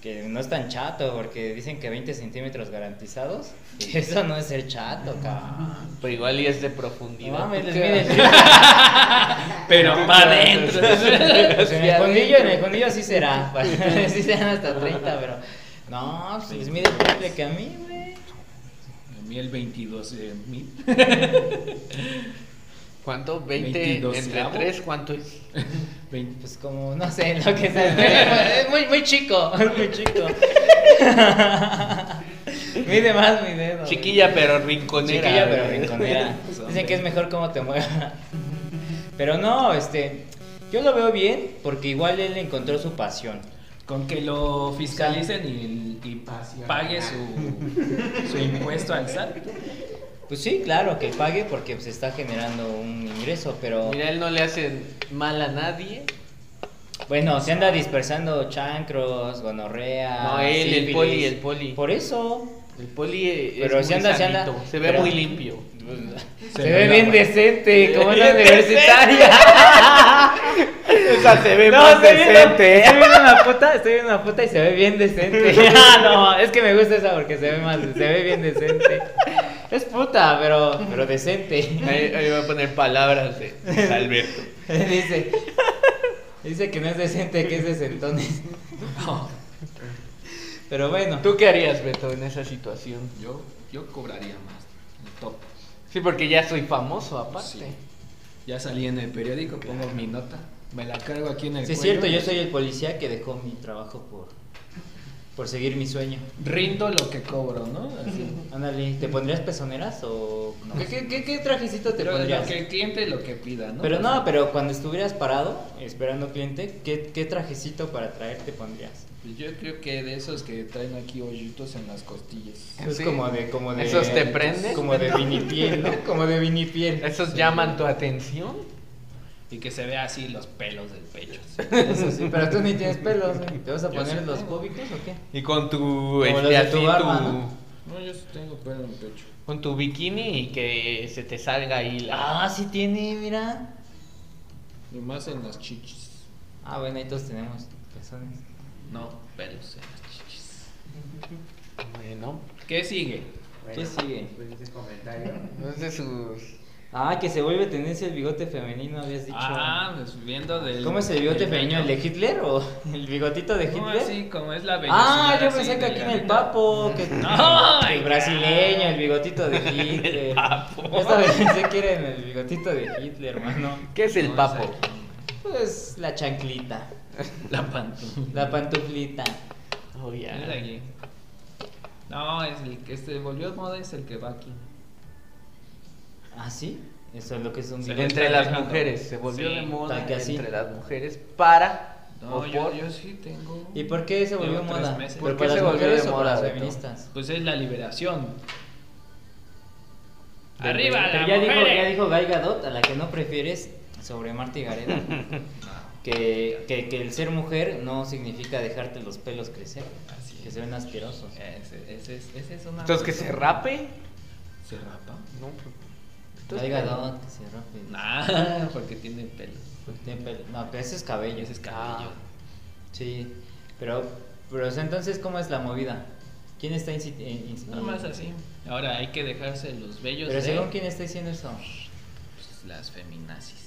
Speaker 1: que no es tan chato, porque dicen que 20 centímetros garantizados, y eso no es ser chato, cabrón.
Speaker 3: Pero Pues igual y es de
Speaker 1: No
Speaker 3: profundidad.
Speaker 1: mames, les
Speaker 3: ¿Qué
Speaker 1: mide-
Speaker 3: haces?
Speaker 2: Pero para adentro.
Speaker 1: Pues en el
Speaker 3: Hacia
Speaker 1: condillo, en el
Speaker 3: adentro.
Speaker 1: condillo sí será, sí serán hasta 30, pero no, pues les mide el triple que a mí, güey.
Speaker 2: A mí el 22 de mil.
Speaker 3: ¿Cuánto? ¿20
Speaker 2: Veintidós
Speaker 3: entre
Speaker 2: avo.
Speaker 3: 3? ¿Cuánto es?
Speaker 1: vein- pues como, no sé, lo que sea. Es muy, muy chico, es muy chico. Mide más mi dedo. güey.
Speaker 3: Chiquilla pero rinconera.
Speaker 1: Chiquilla, pero
Speaker 3: güey.
Speaker 1: rinconera.
Speaker 2: Pues, hombre.
Speaker 1: Dicen que es mejor cómo te muevas. Pero no, este. Yo lo veo bien porque igual él encontró su pasión.
Speaker 2: pues, Con que lo fiscalicen y, y pague su, su impuesto al SAT.
Speaker 1: Pues sí, claro, que pague porque se está generando un ingreso, pero
Speaker 3: Mira, él no le hace mal a nadie.
Speaker 1: bueno, se anda dispersando chancros, gonorrea.
Speaker 3: No, él, el
Speaker 1: sífilis.
Speaker 3: poli, el poli.
Speaker 1: Por eso.
Speaker 3: El poli eh, es
Speaker 1: Pero
Speaker 3: muy
Speaker 1: se anda, se
Speaker 3: sanito,
Speaker 1: anda.
Speaker 3: se ve
Speaker 1: pero-
Speaker 3: muy limpio.
Speaker 1: Se,
Speaker 2: Se
Speaker 1: ve
Speaker 2: nota,
Speaker 1: bien
Speaker 2: güey.
Speaker 1: decente, como una
Speaker 3: Bien
Speaker 1: universitaria.
Speaker 3: Esa se ve
Speaker 1: No,
Speaker 3: más
Speaker 1: estoy viendo-
Speaker 3: decente.
Speaker 1: Estoy viendo una foto, estoy viendo una foto y se ve bien decente. Ah, no, es que me gusta esa porque se ve más, se ve bien decente. Es puta, pero, pero decente.
Speaker 3: Ahí, ahí va a poner palabras de de Alberto.
Speaker 1: Dice, dice que no es decente, que es decentones.
Speaker 2: No,
Speaker 1: Pero bueno,
Speaker 3: ¿Tú qué harías, Beto, en esa situación?
Speaker 2: yo, yo cobraría más. El top.
Speaker 3: Sí, porque ya soy famoso aparte.
Speaker 2: Sí. Ya salí en el periódico, pongo mi nota. Me la cargo aquí en el
Speaker 1: sí es
Speaker 2: cuello.
Speaker 1: cierto, yo soy el policía que dejó mi trabajo por, por seguir mi sueño.
Speaker 2: Rindo lo que cobro, ¿no? Así.
Speaker 1: Ándale, ¿te pondrías pezoneras o no? ¿Qué, qué, qué, qué trajecito te
Speaker 2: Pero
Speaker 1: pondrías?
Speaker 2: lo que el cliente lo que pida, ¿no?
Speaker 1: Pero no, pero cuando estuvieras parado esperando cliente, ¿qué, qué trajecito para traer te pondrías?
Speaker 2: Pues Yo creo que de esos que traen aquí hoyitos en las costillas.
Speaker 1: Es
Speaker 3: Sí.
Speaker 1: como de, como de.
Speaker 3: ¿Esos te prenden?
Speaker 1: Como de vinipiel, ¿no? Como de vinipiel.
Speaker 3: ¿Esos llaman tu atención?
Speaker 2: Y que se vea así los pelos del pecho. así.
Speaker 1: Eso sí, pero tú ni tienes pelos, ¿eh? ¿Te vas a
Speaker 2: Yo
Speaker 1: poner
Speaker 2: sí
Speaker 1: los
Speaker 2: tengo.
Speaker 1: cúbicos o qué?
Speaker 3: Y con tu.
Speaker 1: Como
Speaker 3: este,
Speaker 1: los de
Speaker 3: así,
Speaker 1: tu barba, ¿no?
Speaker 2: No, yo sí tengo pelo en el pecho.
Speaker 3: Con tu bikini y que se te salga ahí la.
Speaker 1: Ah, sí tiene, mira.
Speaker 2: Y más en las chichis.
Speaker 1: Ah, bueno, ahí todos tenemos pezones.
Speaker 2: No, pelos en las chichis.
Speaker 3: Bueno.
Speaker 2: ¿Qué sigue?
Speaker 1: ¿Qué sigue?
Speaker 3: Entonces sus.
Speaker 1: Ah, que se vuelve tendencia el bigote femenino, habías dicho.
Speaker 2: Ah, pues viendo del.
Speaker 1: ¿Cómo es el bigote
Speaker 2: del
Speaker 1: femenino? ¿El de
Speaker 2: peño.
Speaker 1: Hitler o el bigotito de Hitler?
Speaker 2: No, así como es la
Speaker 1: Ah,
Speaker 2: Venezuela,
Speaker 1: yo
Speaker 2: así
Speaker 1: pensé que
Speaker 2: de
Speaker 1: aquí en
Speaker 2: la-
Speaker 1: el Papo, que
Speaker 2: No,
Speaker 1: que el
Speaker 2: ay,
Speaker 1: brasileño,
Speaker 2: no.
Speaker 1: el bigotito de Hitler.
Speaker 3: Papo.
Speaker 1: Esta vez pensé que era en el bigotito de Hitler, hermano.
Speaker 3: ¿Qué es el
Speaker 2: No,
Speaker 3: papo?
Speaker 2: es aquí.
Speaker 1: Pues la chanclita,
Speaker 2: La pantufla.
Speaker 1: la pantuflita.
Speaker 3: Oh, ya.
Speaker 2: Mira aquí. No, es el que se volvió moda es el que va aquí.
Speaker 1: ¿Ah, sí? Eso es lo que es un
Speaker 2: Se
Speaker 1: bigote.
Speaker 3: Entre
Speaker 2: está
Speaker 3: las
Speaker 2: dejando.
Speaker 3: mujeres. Se volvió
Speaker 2: Sí,
Speaker 3: de
Speaker 1: tal
Speaker 3: moda
Speaker 1: que así.
Speaker 3: entre las mujeres para.
Speaker 2: No,
Speaker 3: o
Speaker 2: yo,
Speaker 3: por-
Speaker 2: yo sí tengo.
Speaker 1: ¿Y por qué se volvió
Speaker 2: Llevo tres
Speaker 1: moda?
Speaker 2: meses.
Speaker 1: ¿Por
Speaker 3: ¿Por
Speaker 1: para
Speaker 3: qué
Speaker 1: las
Speaker 3: se volvió
Speaker 1: mujeres
Speaker 3: de
Speaker 1: o
Speaker 3: moda,
Speaker 1: para las
Speaker 3: Beto?
Speaker 1: feministas?
Speaker 2: Pues es la liberación.
Speaker 1: Del
Speaker 2: Arriba
Speaker 1: bigote.
Speaker 2: las
Speaker 1: ya dijo,
Speaker 2: mujeres.
Speaker 1: ya dijo Gal Gadot, a la que no prefieres sobre Marta y Gareda. Que, que, que el ser mujer no significa dejarte los pelos crecer,
Speaker 2: Así
Speaker 1: que
Speaker 2: es.
Speaker 1: se ven asquerosos.
Speaker 2: Ese, ese, es- ese es una.
Speaker 3: Entonces que se rape.
Speaker 2: ¿Se rapa?
Speaker 3: No. pues-
Speaker 1: Gal Gadot, que se rompe.
Speaker 2: Nah, porque tiene pelo.
Speaker 1: Pues tiene pelo. No, pero ese es cabello. Ah,
Speaker 2: Ese es cabello.
Speaker 1: Sí, pero, pero o sea, entonces, ¿cómo es la movida? ¿Quién está insi- eh, insi-
Speaker 2: Nada más así. Ahora hay que dejarse los vellos
Speaker 1: Pero
Speaker 2: de
Speaker 1: según quién está diciendo eso.
Speaker 2: pues, las feminazis.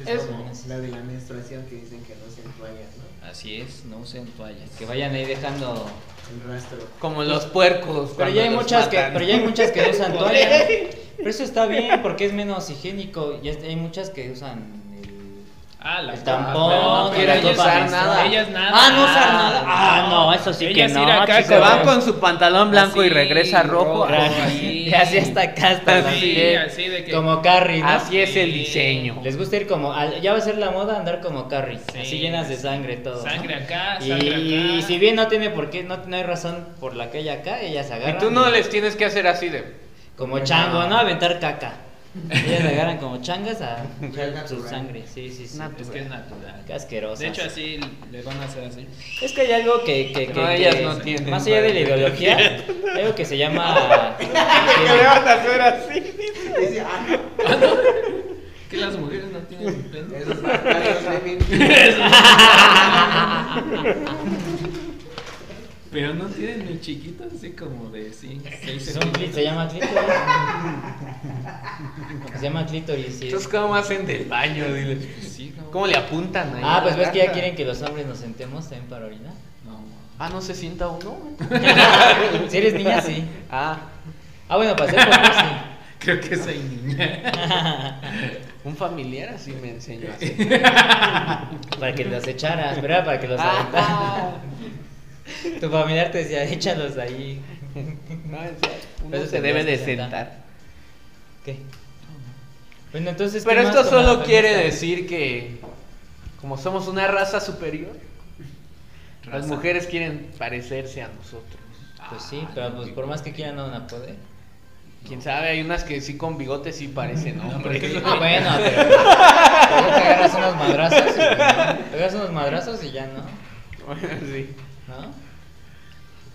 Speaker 4: Es,
Speaker 1: Es-
Speaker 4: como la de la menstruación que dicen que no se toallas, ¿no?
Speaker 2: Así es, no usen toallas.
Speaker 1: Que vayan ahí dejando.
Speaker 4: El rastro.
Speaker 3: Como los puercos.
Speaker 1: Pero
Speaker 3: cuando
Speaker 1: ya hay
Speaker 3: los
Speaker 1: muchas que,
Speaker 3: matan.
Speaker 1: pero ya hay muchas que usan
Speaker 3: Por
Speaker 1: toallas.
Speaker 3: ahí.
Speaker 1: Pero eso está bien porque es menos higiénico. Ya hay muchas que usan el
Speaker 2: Ah, la
Speaker 1: El tampón,
Speaker 2: pero no,
Speaker 1: que
Speaker 2: pero
Speaker 1: la
Speaker 2: ellas-
Speaker 1: usar nada.
Speaker 2: Ellas nada.
Speaker 1: Ah, no usar nada. Ah, no, eso sí que
Speaker 2: Ellas ir
Speaker 1: no,
Speaker 2: acá
Speaker 1: chicos.
Speaker 3: Se van
Speaker 1: Pero-
Speaker 3: con su pantalón blanco y
Speaker 2: Así,
Speaker 3: regresa rojo.
Speaker 1: Ah,
Speaker 2: rojo,
Speaker 1: Así, así hasta acá, hasta la-
Speaker 3: Así,
Speaker 2: así de que-
Speaker 1: Como Carrie, ¿no?
Speaker 3: Así es el diseño.
Speaker 1: Les gusta ir como, al- ya va a ser la moda andar como Carrie,
Speaker 2: Sí.
Speaker 1: así llenas de sangre todo. ¿no?
Speaker 2: Sangre acá,
Speaker 1: Y,
Speaker 2: sangre acá.
Speaker 1: y si bien no tiene por qué, no, no hay razón por la que ella acá, ellas
Speaker 3: Y
Speaker 1: agarran.
Speaker 3: tú no les tienes que hacer así de.
Speaker 1: Como chango, ¿no? Aventar caca. Ellas agarran como changas a echar su
Speaker 4: Natural.
Speaker 1: sangre. Sí, sí, sí.
Speaker 3: Natural.
Speaker 2: Es que es natural.
Speaker 1: Qué asquerosas.
Speaker 2: De hecho, así le van a hacer así.
Speaker 1: Es que hay algo que. que,
Speaker 3: No,
Speaker 1: que-
Speaker 3: ellas
Speaker 1: que-
Speaker 3: no tienen,
Speaker 1: Más allá de la
Speaker 3: vale.
Speaker 1: ideología, hay algo que se llama.
Speaker 3: van a hacer así?
Speaker 4: Dice, ah, no,
Speaker 2: Que las mujeres no tienen pelo.
Speaker 4: esos bastardos de mí.
Speaker 2: Pero no tienen ni chiquitos, así como de 5, 6
Speaker 1: Es un clí- se llama clítoris. Se llama clítoris, sí.
Speaker 3: Entonces, ¿cómo hacen del baño? Dile.
Speaker 2: Pues
Speaker 3: ¿Cómo le apuntan ahí?
Speaker 1: Ah,
Speaker 3: a
Speaker 1: pues
Speaker 3: la
Speaker 1: ves que ya
Speaker 3: taza?
Speaker 1: quieren que los hombres nos sentemos también para orinar.
Speaker 2: No.
Speaker 3: Ah, no se sienta uno.
Speaker 1: Si eres niña, sí.
Speaker 3: Ah,
Speaker 1: Ah, bueno, para ser popó, sí.
Speaker 2: Creo que soy niña.
Speaker 3: Un familiar así me enseñó a hacer.
Speaker 1: Para que los echaras, ¿verdad? Para que los aventaras.
Speaker 3: Ah,
Speaker 1: Tu familiar te decía, échalos ahí.
Speaker 3: no, en serio, uno
Speaker 1: Eso
Speaker 3: se debe de
Speaker 1: tendrías que
Speaker 3: sentar.
Speaker 1: ¿Qué? Bueno, entonces. ¿qué
Speaker 3: Pero
Speaker 1: más
Speaker 3: esto
Speaker 1: tomaba
Speaker 3: solo quiere
Speaker 1: feminista?
Speaker 3: decir que como somos una raza superior, las
Speaker 2: Raza.
Speaker 3: mujeres quieren parecerse a nosotros.
Speaker 1: Pues sí, pero pues por más que quieran no van a poder.
Speaker 3: Quién sabe, hay unas que sí con bigotes sí parecen hombres.
Speaker 1: Ah, bueno, pero. pero ya te agarras unos madrazos y pues, no. Te agarras unos madrazos y ya no.
Speaker 3: Bueno, sí.
Speaker 1: ¿No?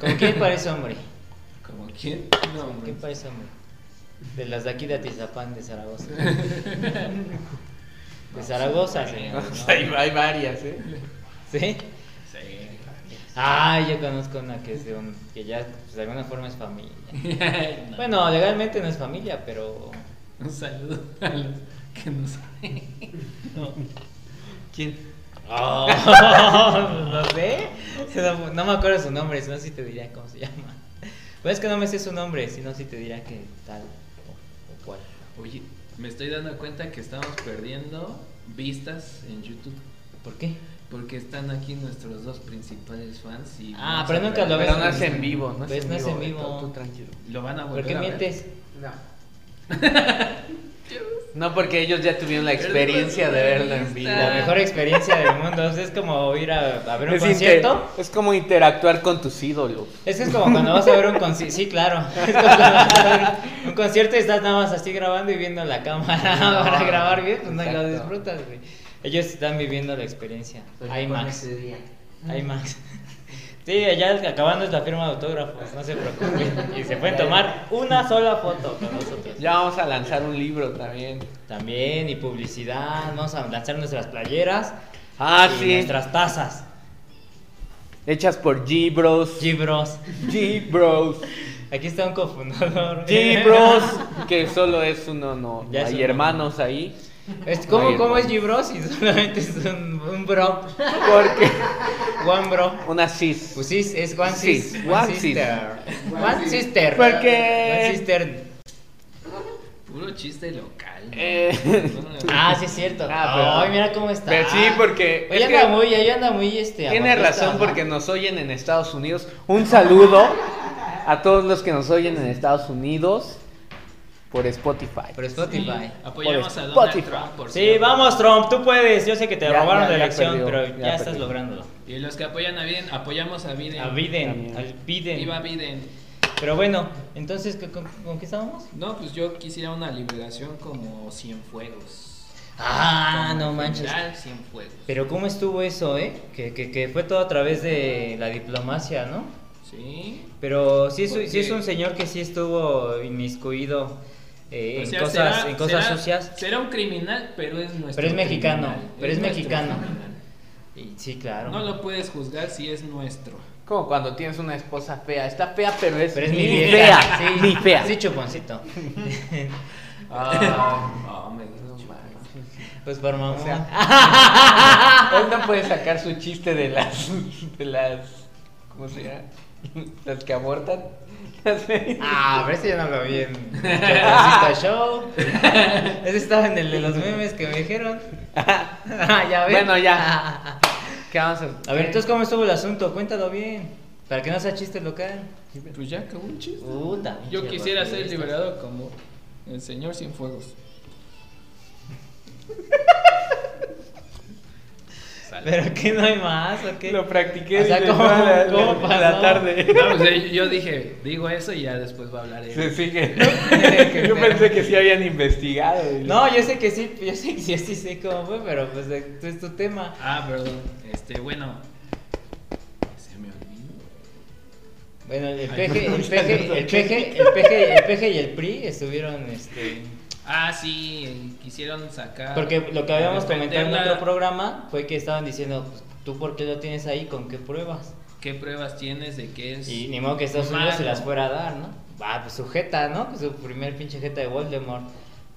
Speaker 1: ¿Con quién parece hombre?
Speaker 2: ¿Como quién? No,
Speaker 1: ¿Con
Speaker 2: hombre.
Speaker 1: quién parece hombre? De las de aquí de Atizapán, de Zaragoza. De Zaragoza, señor.
Speaker 3: O sea,
Speaker 1: ¿no?
Speaker 3: hay, hay varias, ¿eh?
Speaker 1: ¿Sí? Ah, yo conozco una que es de un, que ya pues, de alguna forma es familia.
Speaker 2: Sí.
Speaker 1: Bueno, legalmente no es familia, pero
Speaker 2: Un saludo a los que no saben. No.
Speaker 3: ¿Quién?
Speaker 1: no sé. No, no me acuerdo su nombre, si no sí te diría cómo se llama. Pues es que no me sé su nombre, si no sí te diría que tal o, o cual.
Speaker 2: Oye, me estoy dando cuenta que estamos perdiendo vistas en YouTube.
Speaker 1: ¿Por qué?
Speaker 2: Porque están aquí nuestros dos principales fans y...
Speaker 1: Ah,
Speaker 2: vamos
Speaker 1: pero
Speaker 2: a
Speaker 1: nunca lo ves.
Speaker 2: ver-
Speaker 3: Pero no es en vivo, no es,
Speaker 1: Pues
Speaker 3: en,
Speaker 1: no es
Speaker 3: vivo,
Speaker 1: en vivo.
Speaker 3: Beto, Tú, tranquilo.
Speaker 2: Lo van a
Speaker 1: ¿Por
Speaker 2: volver
Speaker 1: qué
Speaker 2: a ver.
Speaker 1: mientes?
Speaker 4: No.
Speaker 3: No, porque ellos ya tuvieron la experiencia de verlo en vivo.
Speaker 1: La mejor experiencia del mundo. o sea, es como ir a, a ver un
Speaker 3: Es, inter-
Speaker 1: concierto.
Speaker 3: es como interactuar con tus ídolos.
Speaker 1: Es que es como cuando vas a ver un concierto. Sí, claro. Es como cuando vas a ver un concierto y estás nada más así grabando y viendo la cámara para grabar bien, pues no lo
Speaker 3: Exacto. Pues
Speaker 1: disfrutas, güey. Ellos están viviendo la experiencia.
Speaker 4: Soy
Speaker 1: Hay
Speaker 4: Juan
Speaker 1: Max.
Speaker 4: ese día.
Speaker 1: Hay Max. Sí, allá acabando es la firma de autógrafos, no se preocupen. Y se pueden tomar una sola foto con nosotros.
Speaker 3: Ya vamos a lanzar un libro también.
Speaker 1: También, y publicidad, vamos a lanzar nuestras playeras
Speaker 3: Ah,
Speaker 1: y
Speaker 3: sí.
Speaker 1: nuestras tazas.
Speaker 3: Hechas por G-Bros.
Speaker 1: Gibros.
Speaker 3: G-Bros.
Speaker 1: Aquí está un cofundador.
Speaker 3: G-Bros. Que solo es un honor.
Speaker 1: Ya es
Speaker 3: Hay
Speaker 1: un
Speaker 3: hermanos ahí.
Speaker 1: Es- ¿Cómo,
Speaker 3: Oye,
Speaker 1: ¿cómo es
Speaker 3: no.
Speaker 1: Gibros si solamente es un, un bro?
Speaker 3: Porque.
Speaker 1: One bro.
Speaker 3: Una cis.
Speaker 1: Pues sí, es one sis.
Speaker 3: Sis,
Speaker 1: One
Speaker 3: one sis.
Speaker 1: sister.
Speaker 4: One
Speaker 1: One
Speaker 4: sis.
Speaker 1: sister.
Speaker 3: Porque-
Speaker 1: One sister.
Speaker 2: Puro chiste local.
Speaker 3: Eh.
Speaker 1: Ah, sí es cierto.
Speaker 3: Ah, pero-
Speaker 1: Ay, mira cómo está.
Speaker 3: Pero sí, porque
Speaker 1: Oye,
Speaker 3: es
Speaker 1: anda
Speaker 3: que-
Speaker 1: muy, ella anda muy este.
Speaker 3: Tiene
Speaker 1: aguapista,
Speaker 3: razón
Speaker 1: ¿no?
Speaker 3: porque nos oyen en Estados Unidos. Un saludo a todos los que nos oyen en Estados Unidos por Spotify.
Speaker 1: Por Spotify.
Speaker 2: Apoyamos
Speaker 3: Por
Speaker 2: a Donald
Speaker 3: Spotify.
Speaker 2: Trump, por
Speaker 1: Sí,
Speaker 2: cierto.
Speaker 1: vamos, Trump, tú puedes. Yo sé que te
Speaker 3: Ya,
Speaker 1: robaron
Speaker 3: ya,
Speaker 1: la
Speaker 3: ya
Speaker 1: elección,
Speaker 3: perdió,
Speaker 1: pero
Speaker 3: ya
Speaker 1: ya, estás
Speaker 3: perdió.
Speaker 1: lográndolo.
Speaker 2: Y los que apoyan a Biden, apoyamos a Biden.
Speaker 1: A Biden,
Speaker 3: También.
Speaker 1: al Biden.
Speaker 2: Viva Biden.
Speaker 1: Pero bueno, entonces, ¿con, con- con qué estábamos?
Speaker 2: No, pues yo quisiera una liberación como Cienfuegos.
Speaker 1: Ah, no
Speaker 2: Como
Speaker 1: manches.
Speaker 2: General Cienfuegos.
Speaker 1: Pero cómo estuvo eso, ¿eh? Que, que, que fue todo a través de la diplomacia, ¿no?
Speaker 2: Sí.
Speaker 1: Pero sí es,
Speaker 2: Porque-
Speaker 1: sí es un señor que sí estuvo inmiscuido eh,
Speaker 2: O
Speaker 1: en,
Speaker 2: sea,
Speaker 1: cosas,
Speaker 2: será-
Speaker 1: en cosas
Speaker 2: será-
Speaker 1: sucias.
Speaker 2: Será un criminal, pero es nuestro
Speaker 1: Pero es mexicano,
Speaker 2: criminal,
Speaker 1: pero es
Speaker 2: nuestro
Speaker 1: mexicano.
Speaker 2: criminal.
Speaker 1: Y sí, claro.
Speaker 2: No lo puedes juzgar si es nuestro.
Speaker 3: Como cuando tienes una esposa fea. Está fea, pero es,
Speaker 1: Pero es
Speaker 3: mi
Speaker 1: mi vieja.
Speaker 3: fea.
Speaker 1: Sí,
Speaker 3: Mi fea.
Speaker 1: Sí, chuponcito.
Speaker 2: Ah, hombre, no mames.
Speaker 1: pues por mamón.
Speaker 3: O sea, Él no puede sacar su chiste de las. De las ¿Cómo se llama? Las que abortan. Las feas.
Speaker 1: Ah, pero ese ya no lo vi en Chuponcito Show. Ese estaba en el de los memes que me dijeron. Ah, ya ves.
Speaker 3: Bueno, ya. ¿Qué vamos a
Speaker 1: A ver, entonces, ¿cómo estuvo el asunto? Cuéntalo bien. Para que no sea chiste local.
Speaker 2: Pues ya acabó un chiste.
Speaker 1: Puta,
Speaker 2: Yo
Speaker 1: pinche
Speaker 2: quisiera ser
Speaker 1: racista.
Speaker 2: liberado como el señor Cienfuegos. Sale.
Speaker 1: ¿Pero qué no hay más o qué?
Speaker 3: Lo practiqué
Speaker 1: O sea,
Speaker 3: desde
Speaker 1: ¿cómo-
Speaker 3: toda la,
Speaker 1: cómo
Speaker 3: la- la
Speaker 1: pasó?
Speaker 3: tarde.
Speaker 2: No, pues, eh, yo dije, digo eso y ya después va a hablar él.
Speaker 3: Se sigue. Yo pensé que sí habían investigado.
Speaker 1: No, yo sé que sí, yo sé que sí, sí sé cómo fue, pero pues eh, es tu tema.
Speaker 2: Ah, perdón. Este, bueno. Se me olvidó.
Speaker 1: Bueno, el
Speaker 2: Ay,
Speaker 1: peje,
Speaker 2: no,
Speaker 1: el
Speaker 2: ya
Speaker 1: peje,
Speaker 2: no
Speaker 1: el peje, el peje, el peje y el PRI estuvieron, este,
Speaker 2: Ah, sí, eh, quisieron sacar.
Speaker 1: porque lo que habíamos
Speaker 2: defender
Speaker 1: comentado en
Speaker 2: la-
Speaker 1: otro programa fue que estaban diciendo, pues, ¿tú por qué lo tienes ahí? ¿Con qué pruebas?
Speaker 2: ¿Qué pruebas tienes de que es?
Speaker 1: Y ni modo que Estados
Speaker 2: humano?
Speaker 1: Unidos se las fuera a dar, ¿no? Ah, pues su jeta, ¿no? Pues su primer pinche jeta de Voldemort,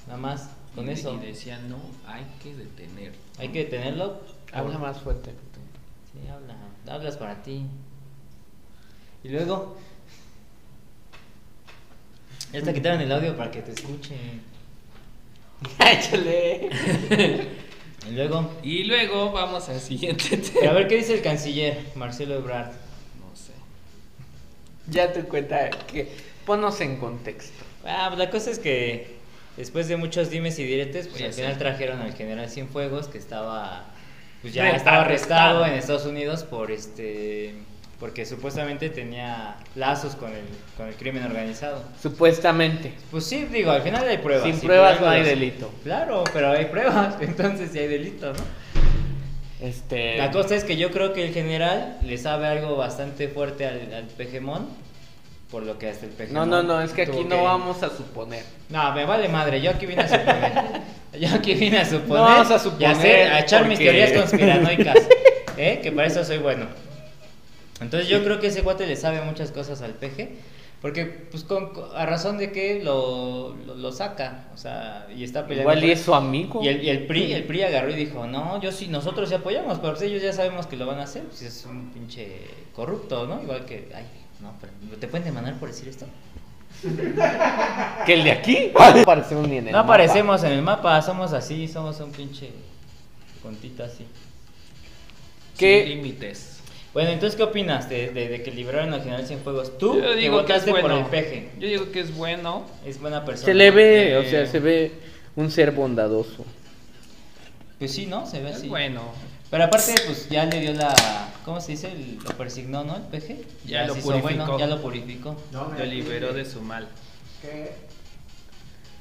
Speaker 1: nada más, con
Speaker 2: Y-
Speaker 1: eso.
Speaker 2: Y decían, no, hay que detener.
Speaker 1: Hay que detenerlo.
Speaker 3: Habla más fuerte.
Speaker 1: Sí, habla, hablas para ti. Y luego. Ya te quitaron el audio para que te escuchen.
Speaker 3: Échale.
Speaker 1: Y luego,
Speaker 2: Y luego vamos al siguiente
Speaker 1: a
Speaker 2: tema.
Speaker 1: ver qué dice el canciller, Marcelo Ebrard.
Speaker 2: No sé.
Speaker 3: Ya te cuenta que ponos en contexto.
Speaker 1: Ah, pues la cosa es que después de muchos dimes y diretes, pues
Speaker 2: Ya
Speaker 1: al
Speaker 2: sé.
Speaker 1: final trajeron al general Cienfuegos que estaba pues ya
Speaker 2: Re-
Speaker 1: estaba arrestado
Speaker 2: arrestado.
Speaker 1: en Estados Unidos por este porque supuestamente tenía lazos con el con el crimen organizado.
Speaker 3: Supuestamente.
Speaker 1: Pues sí, digo, al final hay pruebas.
Speaker 3: Sin
Speaker 1: y
Speaker 3: pruebas no hay delito.
Speaker 1: Claro, pero hay pruebas, entonces sí hay delito, ¿no?
Speaker 3: Este.
Speaker 1: La cosa es que yo creo que el general le sabe algo bastante fuerte al, al Pejemón, por lo que hasta el
Speaker 3: No,
Speaker 1: Pejemón.
Speaker 3: no, no, es que aquí
Speaker 1: tuvo
Speaker 3: no vamos a suponer.
Speaker 1: No, me vale madre, yo aquí vine a suponer. Yo aquí vine a suponer.
Speaker 3: No vamos a
Speaker 1: y
Speaker 3: suponer,
Speaker 1: hacer- a echar mis
Speaker 3: porque-
Speaker 1: teorías conspiranoicas. ¿eh? Que para eso soy bueno. Entonces yo creo que ese cuate le sabe muchas cosas al peje. Porque, pues, con, con- a razón de que lo, lo, lo saca. O sea, y está peleando.
Speaker 3: Igual
Speaker 1: por-
Speaker 3: y es su amigo.
Speaker 1: y el, y el PRI, el PRI agarró y dijo, no, yo sí, nosotros sí apoyamos, pero pues ellos ya sabemos que lo van a hacer, pues es un pinche corrupto, ¿no? Igual que, ay, no, pero ¿te pueden demandar por decir esto?
Speaker 3: Que el de aquí. No aparecemos ni en el
Speaker 1: No
Speaker 3: mapa.
Speaker 1: aparecemos en el mapa, somos así, somos un pinche contita así.
Speaker 3: ¿Qué?
Speaker 2: Sin límites.
Speaker 1: Bueno, entonces, ¿qué opinas de, de- de que libraron al general Cienfuegos? Tú
Speaker 2: Yo
Speaker 1: que
Speaker 2: digo que es
Speaker 1: votaste por
Speaker 2: bueno.
Speaker 1: el peje,
Speaker 2: Yo digo que es bueno.
Speaker 1: es buena persona.
Speaker 3: Se le ve,
Speaker 2: Eh,
Speaker 3: o sea, se ve un ser bondadoso.
Speaker 1: Pues sí, ¿no? Se ve
Speaker 2: Es
Speaker 1: así.
Speaker 2: bueno.
Speaker 1: Pero aparte, pues ya le dio la, ¿cómo se dice? El- lo persignó, ¿no? El peje.
Speaker 2: Ya lo
Speaker 1: se hizo bueno,
Speaker 2: purificó.
Speaker 1: ya lo purificó.
Speaker 4: No, me
Speaker 2: Lo
Speaker 4: acuerdo
Speaker 2: liberó de su mal.
Speaker 4: Que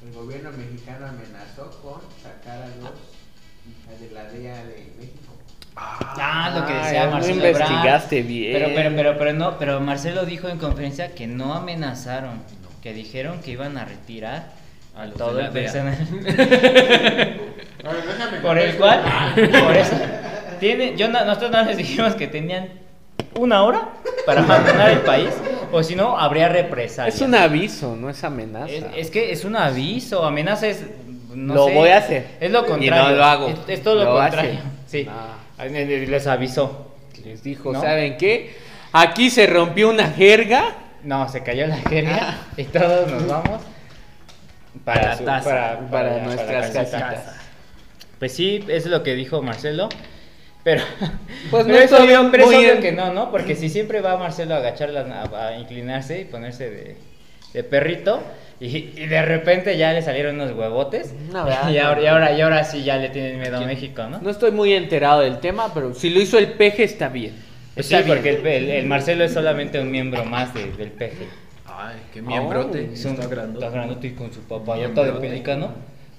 Speaker 4: el gobierno mexicano amenazó con sacar a los de la DEA de México.
Speaker 1: Ah, lo que
Speaker 3: Ah,
Speaker 1: decía
Speaker 3: no
Speaker 1: Marcelo.
Speaker 3: investigaste
Speaker 1: Ebrard.
Speaker 3: bien.
Speaker 1: Pero, pero, pero, pero no, pero Marcelo dijo en conferencia que no amenazaron, que dijeron que iban a retirar
Speaker 2: A
Speaker 1: a
Speaker 2: los
Speaker 1: todo
Speaker 2: de la
Speaker 1: el
Speaker 2: DEA.
Speaker 1: personal.
Speaker 4: A ver, déjame.
Speaker 1: por el cual, por eso, tiene, yo no- nosotros no les dijimos que tenían una hora para abandonar el país, o si no habría represalias.
Speaker 3: Es un aviso, no es amenaza.
Speaker 1: Es, es que es un aviso, amenaza es. No
Speaker 3: Lo
Speaker 1: sé,
Speaker 3: voy a hacer.
Speaker 1: Es lo
Speaker 3: Y
Speaker 1: contrario.
Speaker 3: no lo hago.
Speaker 1: Es, es todo lo,
Speaker 3: Lo hace.
Speaker 1: contrario. Sí.
Speaker 3: Ah.
Speaker 1: Les avisó.
Speaker 3: Les dijo,
Speaker 1: ¿No?
Speaker 3: ¿saben qué? Aquí se rompió una jerga.
Speaker 1: No, se cayó la jerga y todos nos vamos
Speaker 3: Para
Speaker 1: para,
Speaker 3: su-
Speaker 1: su-
Speaker 3: para- para nuestras
Speaker 1: casita.
Speaker 3: casitas.
Speaker 1: Pues sí, es lo que dijo Marcelo, pero
Speaker 3: Pues
Speaker 1: pero
Speaker 3: no
Speaker 1: es obvio-
Speaker 3: estoy
Speaker 1: pero es
Speaker 3: muy
Speaker 1: obvio
Speaker 3: en-
Speaker 1: que no, ¿no? Porque si siempre va Marcelo a agachar las na- a inclinarse y ponerse de, de perrito y, y de repente ya le salieron unos huevotes
Speaker 3: No, ¿verdad?
Speaker 1: y, ahora, y ahora y ahora sí ya le tienen miedo a
Speaker 2: ¿Quién?
Speaker 1: México, ¿no?
Speaker 3: No estoy muy enterado del tema, pero si lo hizo el peje está bien.
Speaker 1: Pues sí,
Speaker 3: Está bien.
Speaker 1: porque el, el- el Marcelo es solamente un miembro más de- del PG.
Speaker 2: Ay, qué
Speaker 3: miembrote.
Speaker 2: miembrote.
Speaker 1: Es un-
Speaker 2: está
Speaker 1: Está
Speaker 2: grandote.
Speaker 1: grandote y con su papayota de
Speaker 2: Miembrote.
Speaker 1: pelícano.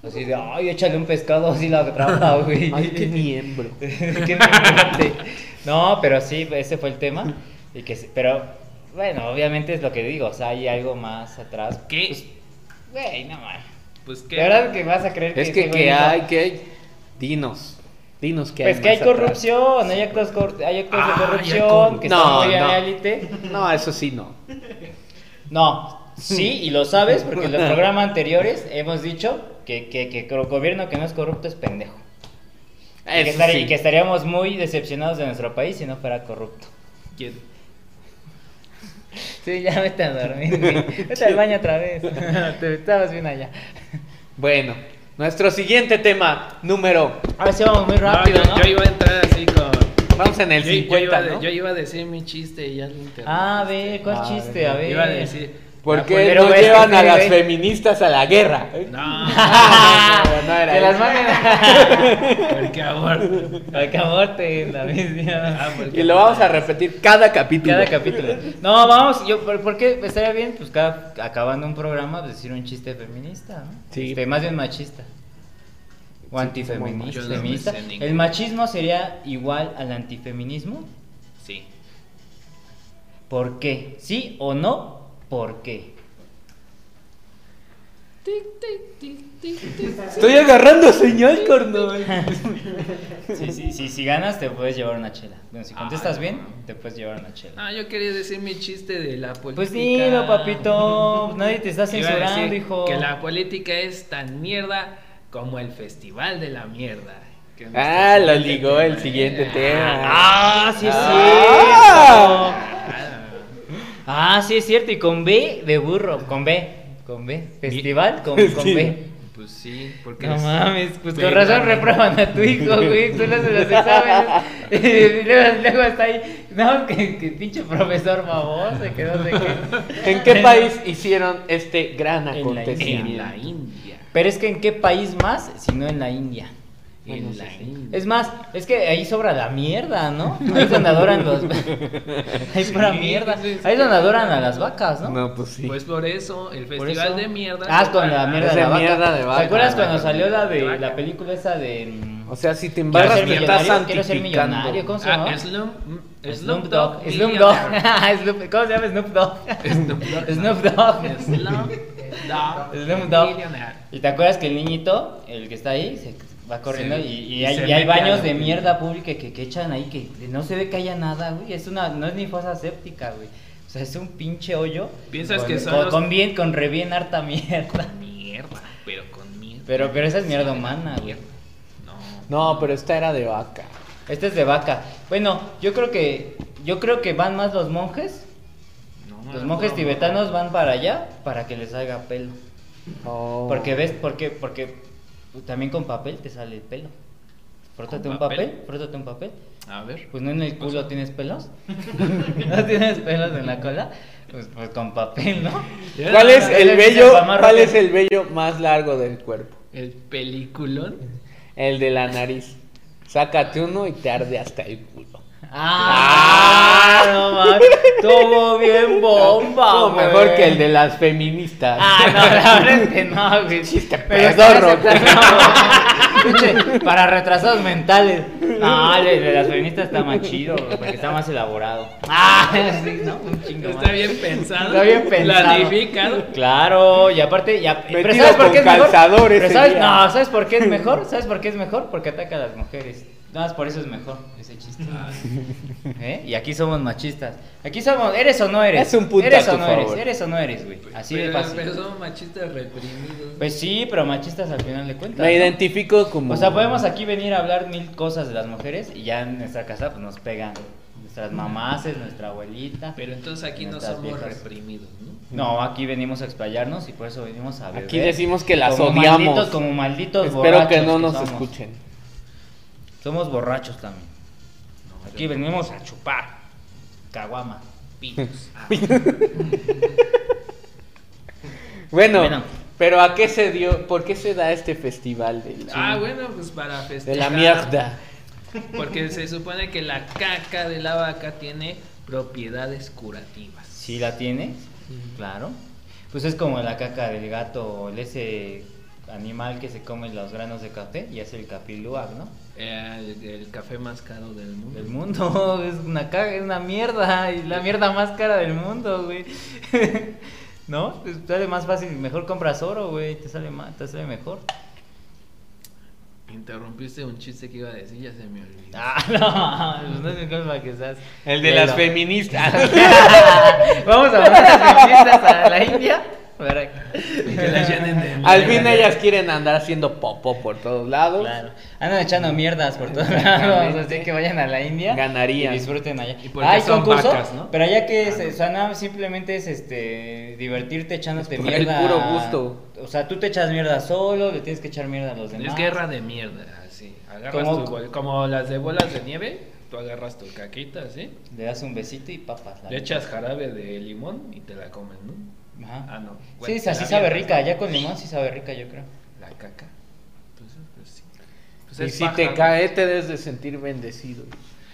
Speaker 1: Así de, ay, échale un pescado así la atrapa, güey.
Speaker 3: Ay, qué miembro.
Speaker 1: Qué miembrote. No, pero sí, ese fue el tema. Y que, sí- pero, bueno, obviamente es lo que digo. O sea, hay algo más atrás.
Speaker 2: ¿Qué?
Speaker 1: Pues, Güey, no mames.
Speaker 2: Pues
Speaker 1: De
Speaker 2: qué.
Speaker 1: verdad que vas a creer
Speaker 3: Es que,
Speaker 1: ese
Speaker 3: que
Speaker 1: güey no-
Speaker 3: hay, que hay. Dinos. Dinos que hay.
Speaker 1: Pues que hay
Speaker 3: más atrás.
Speaker 1: corrupción, hay actos, cor- hay actos
Speaker 2: Ah, hay
Speaker 1: de corrupción, que
Speaker 3: No,
Speaker 1: están muy en
Speaker 3: no.
Speaker 1: la élite.
Speaker 3: No, eso sí, no.
Speaker 1: No, sí, y lo sabes porque en los programas anteriores hemos dicho que, que, que el gobierno que no es corrupto es pendejo. Y que,
Speaker 3: Eso
Speaker 1: estar-
Speaker 3: sí.
Speaker 1: y que estaríamos muy decepcionados de nuestro país si no fuera corrupto.
Speaker 2: ¿Quién?
Speaker 1: Sí, ya vete a dormir. güey. Vete al baño otra vez. Te estabas bien allá.
Speaker 3: Bueno, nuestro siguiente tema, número.
Speaker 1: Ahora sí vamos muy rápido,
Speaker 2: yo,
Speaker 1: ¿no?
Speaker 2: yo iba a entrar así con.
Speaker 3: Vamos en el
Speaker 2: yo, yo
Speaker 3: 50,
Speaker 2: iba, a de-
Speaker 3: ¿no?
Speaker 2: yo iba a decir mi chiste y ya lo interrumpí.
Speaker 1: Ah, a ver, ¿cuál
Speaker 3: A
Speaker 1: chiste?
Speaker 3: ver,
Speaker 1: A ver.
Speaker 2: Iba a decir.
Speaker 3: ¿Por
Speaker 2: Ah,
Speaker 3: qué
Speaker 2: pues,
Speaker 1: pero
Speaker 3: no
Speaker 1: ves
Speaker 3: llevan
Speaker 1: que
Speaker 3: a
Speaker 1: sí,
Speaker 3: las
Speaker 1: güey.
Speaker 3: feministas a la guerra?
Speaker 2: No,
Speaker 3: no, no era
Speaker 1: que las
Speaker 3: eso.
Speaker 1: manden
Speaker 2: porque aborto.
Speaker 1: a- al camote en la misma.
Speaker 2: Ah, porque
Speaker 3: Y lo vamos a repetir cada capítulo.
Speaker 1: Cada capítulo. No, vamos, yo, ¿por por qué estaría bien? Pues cada, acabando un programa, pues, decir un chiste feminista, ¿no?
Speaker 3: Sí.
Speaker 1: Este, más bien machista. O antifeminista.
Speaker 2: yo no me
Speaker 1: feminista.
Speaker 2: sé ninguno.
Speaker 1: El machismo sería igual al antifeminismo.
Speaker 2: Sí.
Speaker 1: ¿Por qué? ¿Sí o no? ¿Por qué?
Speaker 3: Estoy agarrando señal, carnal.
Speaker 1: Sí, sí, sí, si ganas, te puedes llevar una chela. Bueno, si contestas
Speaker 2: Ay,
Speaker 1: bien,
Speaker 2: no.
Speaker 1: te puedes llevar una chela.
Speaker 2: Ah, yo quería decir mi chiste de la política.
Speaker 1: Pues dilo, papito. Nadie te está
Speaker 2: Iba a decir
Speaker 1: censurando, hijo.
Speaker 2: Que la política es tan mierda como el festival de la mierda. Que no
Speaker 3: Ah,
Speaker 2: está el
Speaker 3: lo
Speaker 2: siguiente
Speaker 3: ligó
Speaker 2: tema,
Speaker 3: el
Speaker 2: eh.
Speaker 3: siguiente tema.
Speaker 1: Ah, sí es
Speaker 3: Ah.
Speaker 1: cierto.
Speaker 2: Ah,
Speaker 1: Ah, sí es cierto, y con B de burro, con B, con B, festival con, con B.
Speaker 3: Pues sí, porque.
Speaker 1: No
Speaker 3: eres-
Speaker 1: mames, pues con
Speaker 3: Pero-
Speaker 1: razón reprueban a tu hijo, güey. Tú le haces los exámenes. Y luego, luego está ahí. No, que, que pinche profesor babón se quedó de que.
Speaker 5: ¿En qué país hicieron este gran
Speaker 1: En la
Speaker 5: acontecimiento?
Speaker 1: India.
Speaker 2: En la India.
Speaker 1: Pero es que en qué país más, si no en la India.
Speaker 3: Ah,
Speaker 2: En
Speaker 5: Bueno,
Speaker 2: la
Speaker 5: sí, sí.
Speaker 2: India.
Speaker 1: Es más, es que ahí sobra la mierda, ¿no? Ahí es donde adoran los. Ahí es pura mierda. Ahí es donde adoran a las vacas, ¿no?
Speaker 5: pues sí.
Speaker 2: Pues por eso, el
Speaker 1: Por
Speaker 2: festival
Speaker 1: eso-
Speaker 2: de mierda. Ah,
Speaker 1: Ah, con la mierda
Speaker 5: Es
Speaker 1: de,
Speaker 5: de
Speaker 1: la vaca.
Speaker 5: mierda de vaca,
Speaker 1: ¿Te acuerdas
Speaker 5: güey.
Speaker 1: cuando salió la de
Speaker 2: De vaca.
Speaker 1: la película esa de mm,
Speaker 5: o sea, si te
Speaker 1: Quiero
Speaker 5: embarras
Speaker 1: ser
Speaker 5: te estás
Speaker 1: millonario, quiero ser
Speaker 5: santificando.
Speaker 1: millonario, ¿cómo se
Speaker 2: Ah,
Speaker 1: llama?
Speaker 2: Slum,
Speaker 1: Snoop Dogg, Snoop Dogg, Ah, Snoop- ¿cómo se llama Snoop Dogg?
Speaker 2: Snoop Dogg.
Speaker 1: Snoop Dogg.
Speaker 2: Slum
Speaker 1: Snoop Dogg.
Speaker 2: Millionaire.
Speaker 1: ¿Y te acuerdas que el niñito, el que está ahí, se va corriendo
Speaker 2: Sí,
Speaker 1: y, y
Speaker 2: y
Speaker 1: hay,
Speaker 2: se
Speaker 1: y hay
Speaker 2: mete a
Speaker 1: baños
Speaker 2: la
Speaker 1: de
Speaker 2: pila.
Speaker 1: mierda pública que, que echan ahí que no se ve que haya nada, güey? Es una, no es ni fosa séptica, güey. O sea, es un pinche hoyo.
Speaker 2: Piensas
Speaker 1: con-
Speaker 2: que son
Speaker 1: con,
Speaker 2: los-
Speaker 1: con bien, con re bien harta mierda.
Speaker 2: Mierda, pero con mierda.
Speaker 1: Pero, pero esa es mierda humana, güey.
Speaker 2: Mierda. No.
Speaker 5: No, pero esta era de vaca.
Speaker 1: Este es de vaca. Bueno, yo creo que, yo creo que van más los monjes.
Speaker 2: no,
Speaker 1: Los
Speaker 2: no,
Speaker 1: monjes
Speaker 2: no.
Speaker 1: tibetanos van para allá para que les salga pelo.
Speaker 5: Oh.
Speaker 1: Porque ves, porque, porque también con papel te sale el pelo. Frótate
Speaker 2: ¿Con
Speaker 1: un
Speaker 2: papel?
Speaker 1: papel, frótate un papel.
Speaker 2: A ver.
Speaker 1: Pues no en el culo tienes pelos. no tienes pelos en la cola. Pues, pues con papel, ¿no?
Speaker 5: ¿Cuál es el vello?
Speaker 1: Amarro-
Speaker 5: ¿Cuál es el vello más largo del cuerpo?
Speaker 2: El peliculón.
Speaker 5: El de la nariz. Sácate uno y te arde hasta el culo.
Speaker 1: ¡Ah! No mames. Estuvo bien bomba.
Speaker 5: No, mejor
Speaker 1: güey.
Speaker 5: que el de las feministas.
Speaker 1: Ah, no, la verdad es que no, güey. Chiste
Speaker 5: pedorro.
Speaker 1: Para retrasados mentales. No, el de las feministas está más chido, güey, porque está más elaborado. Ah, sí, no, un chingo más.
Speaker 2: Está bien pensado.
Speaker 1: Está bien pensado.
Speaker 2: Planificado.
Speaker 1: Claro, y aparte, ya. Pero
Speaker 5: Metido
Speaker 1: ¿sabes por
Speaker 5: con
Speaker 1: qué es mejor?
Speaker 5: calzador
Speaker 1: Pero
Speaker 5: ese
Speaker 1: ¿sabes?
Speaker 5: día.
Speaker 1: No, ¿sabes por qué es mejor? ¿Sabes por qué es mejor? Porque ataca a las mujeres. Nada más por eso es mejor ese chiste.
Speaker 5: Ah.
Speaker 1: ¿Eh? Y aquí somos machistas. Aquí somos, ¿eres o no eres?
Speaker 5: Es un punto
Speaker 1: ¿Eres
Speaker 5: a
Speaker 1: o
Speaker 5: tu
Speaker 1: no
Speaker 5: favor.
Speaker 1: eres? ¿Eres o no eres, güey? Así
Speaker 2: Pues, pero,
Speaker 1: de fácil.
Speaker 2: Pero somos machistas reprimidos.
Speaker 1: Pues sí, pero machistas al final de cuentas.
Speaker 5: Me
Speaker 1: ¿no?
Speaker 5: identifico como.
Speaker 1: O sea, podemos aquí venir a hablar mil cosas de las mujeres y ya en nuestra casa pues, nos pegan nuestras mamaces, nuestra abuelita.
Speaker 2: pero entonces aquí no
Speaker 1: Nuestras
Speaker 2: somos
Speaker 1: viejas.
Speaker 2: reprimidos, ¿no?
Speaker 1: No, aquí venimos a explayarnos y por eso venimos a ver.
Speaker 5: Aquí decimos que las odiamos.
Speaker 1: Malditos, como malditos
Speaker 5: Espero
Speaker 1: borrachos
Speaker 5: que no nos
Speaker 1: somos.
Speaker 5: escuchen.
Speaker 1: Somos borrachos también.
Speaker 2: No,
Speaker 1: Aquí
Speaker 2: yo-
Speaker 1: venimos a chupar. Caguama.
Speaker 2: Pitos. Ah,
Speaker 5: Bueno,
Speaker 1: Bueno.
Speaker 5: pero ¿a qué se dio? ¿Por qué se da este festival de la,
Speaker 2: Ah, bueno, pues para festejar.
Speaker 5: de la mierda?
Speaker 2: Porque se supone que la caca de la vaca tiene propiedades curativas.
Speaker 1: Si la tienes, claro. Pues es como la caca del gato o el ese animal que se come los granos de café y hace el capiluac, ¿no?
Speaker 2: Eh, El, el café más caro del mundo.
Speaker 1: Del mundo, es una caga, es una mierda, y la mierda más cara del mundo, güey. ¿No? Te sale más fácil, mejor compras oro, güey, te sale más, te sale mejor.
Speaker 2: Interrumpiste un chiste que iba a decir, ya se me olvidó.
Speaker 1: Ah, no, pues no es mi culpa que seas.
Speaker 5: El de
Speaker 1: Velo.
Speaker 5: las feministas.
Speaker 1: Vamos a mandar a las feministas a la India. Para...
Speaker 2: Y que las llenen de
Speaker 5: Al fin ellas quieren andar haciendo popó por todos lados.
Speaker 1: Claro. Andan echando mierdas por todos lados, así que vayan a la India.
Speaker 5: Ganarían.
Speaker 1: Y disfruten allá. Ah,
Speaker 2: Y porque
Speaker 1: Hay
Speaker 2: son
Speaker 1: concurso,
Speaker 2: vacas, ¿no?
Speaker 1: pero allá que se, o sea, nada, simplemente es este divertirte echándote
Speaker 5: Es por el
Speaker 1: mierda.
Speaker 5: puro gusto.
Speaker 1: O sea, tú te echas mierda solo, le tienes que echar mierda a los demás.
Speaker 2: Es guerra de mierda, así. Agarras
Speaker 1: Como-
Speaker 2: tu bol- como las de bolas de nieve, tú agarras tu caquita, así.
Speaker 1: Le das un besito y papas. la-
Speaker 2: Le echas jarabe de limón y te la comes, ¿no?
Speaker 1: Ajá.
Speaker 2: Ah, no.
Speaker 1: sí,
Speaker 2: Bueno,
Speaker 1: es así
Speaker 2: la
Speaker 1: sabe
Speaker 2: mierda.
Speaker 1: rica, allá con limón sí sabe rica, yo creo.
Speaker 2: La caca. Entonces, pues sí. Pues
Speaker 5: y
Speaker 2: es
Speaker 5: si
Speaker 2: paja,
Speaker 5: te
Speaker 2: ¿no?
Speaker 5: cae, te debes de sentir bendecido.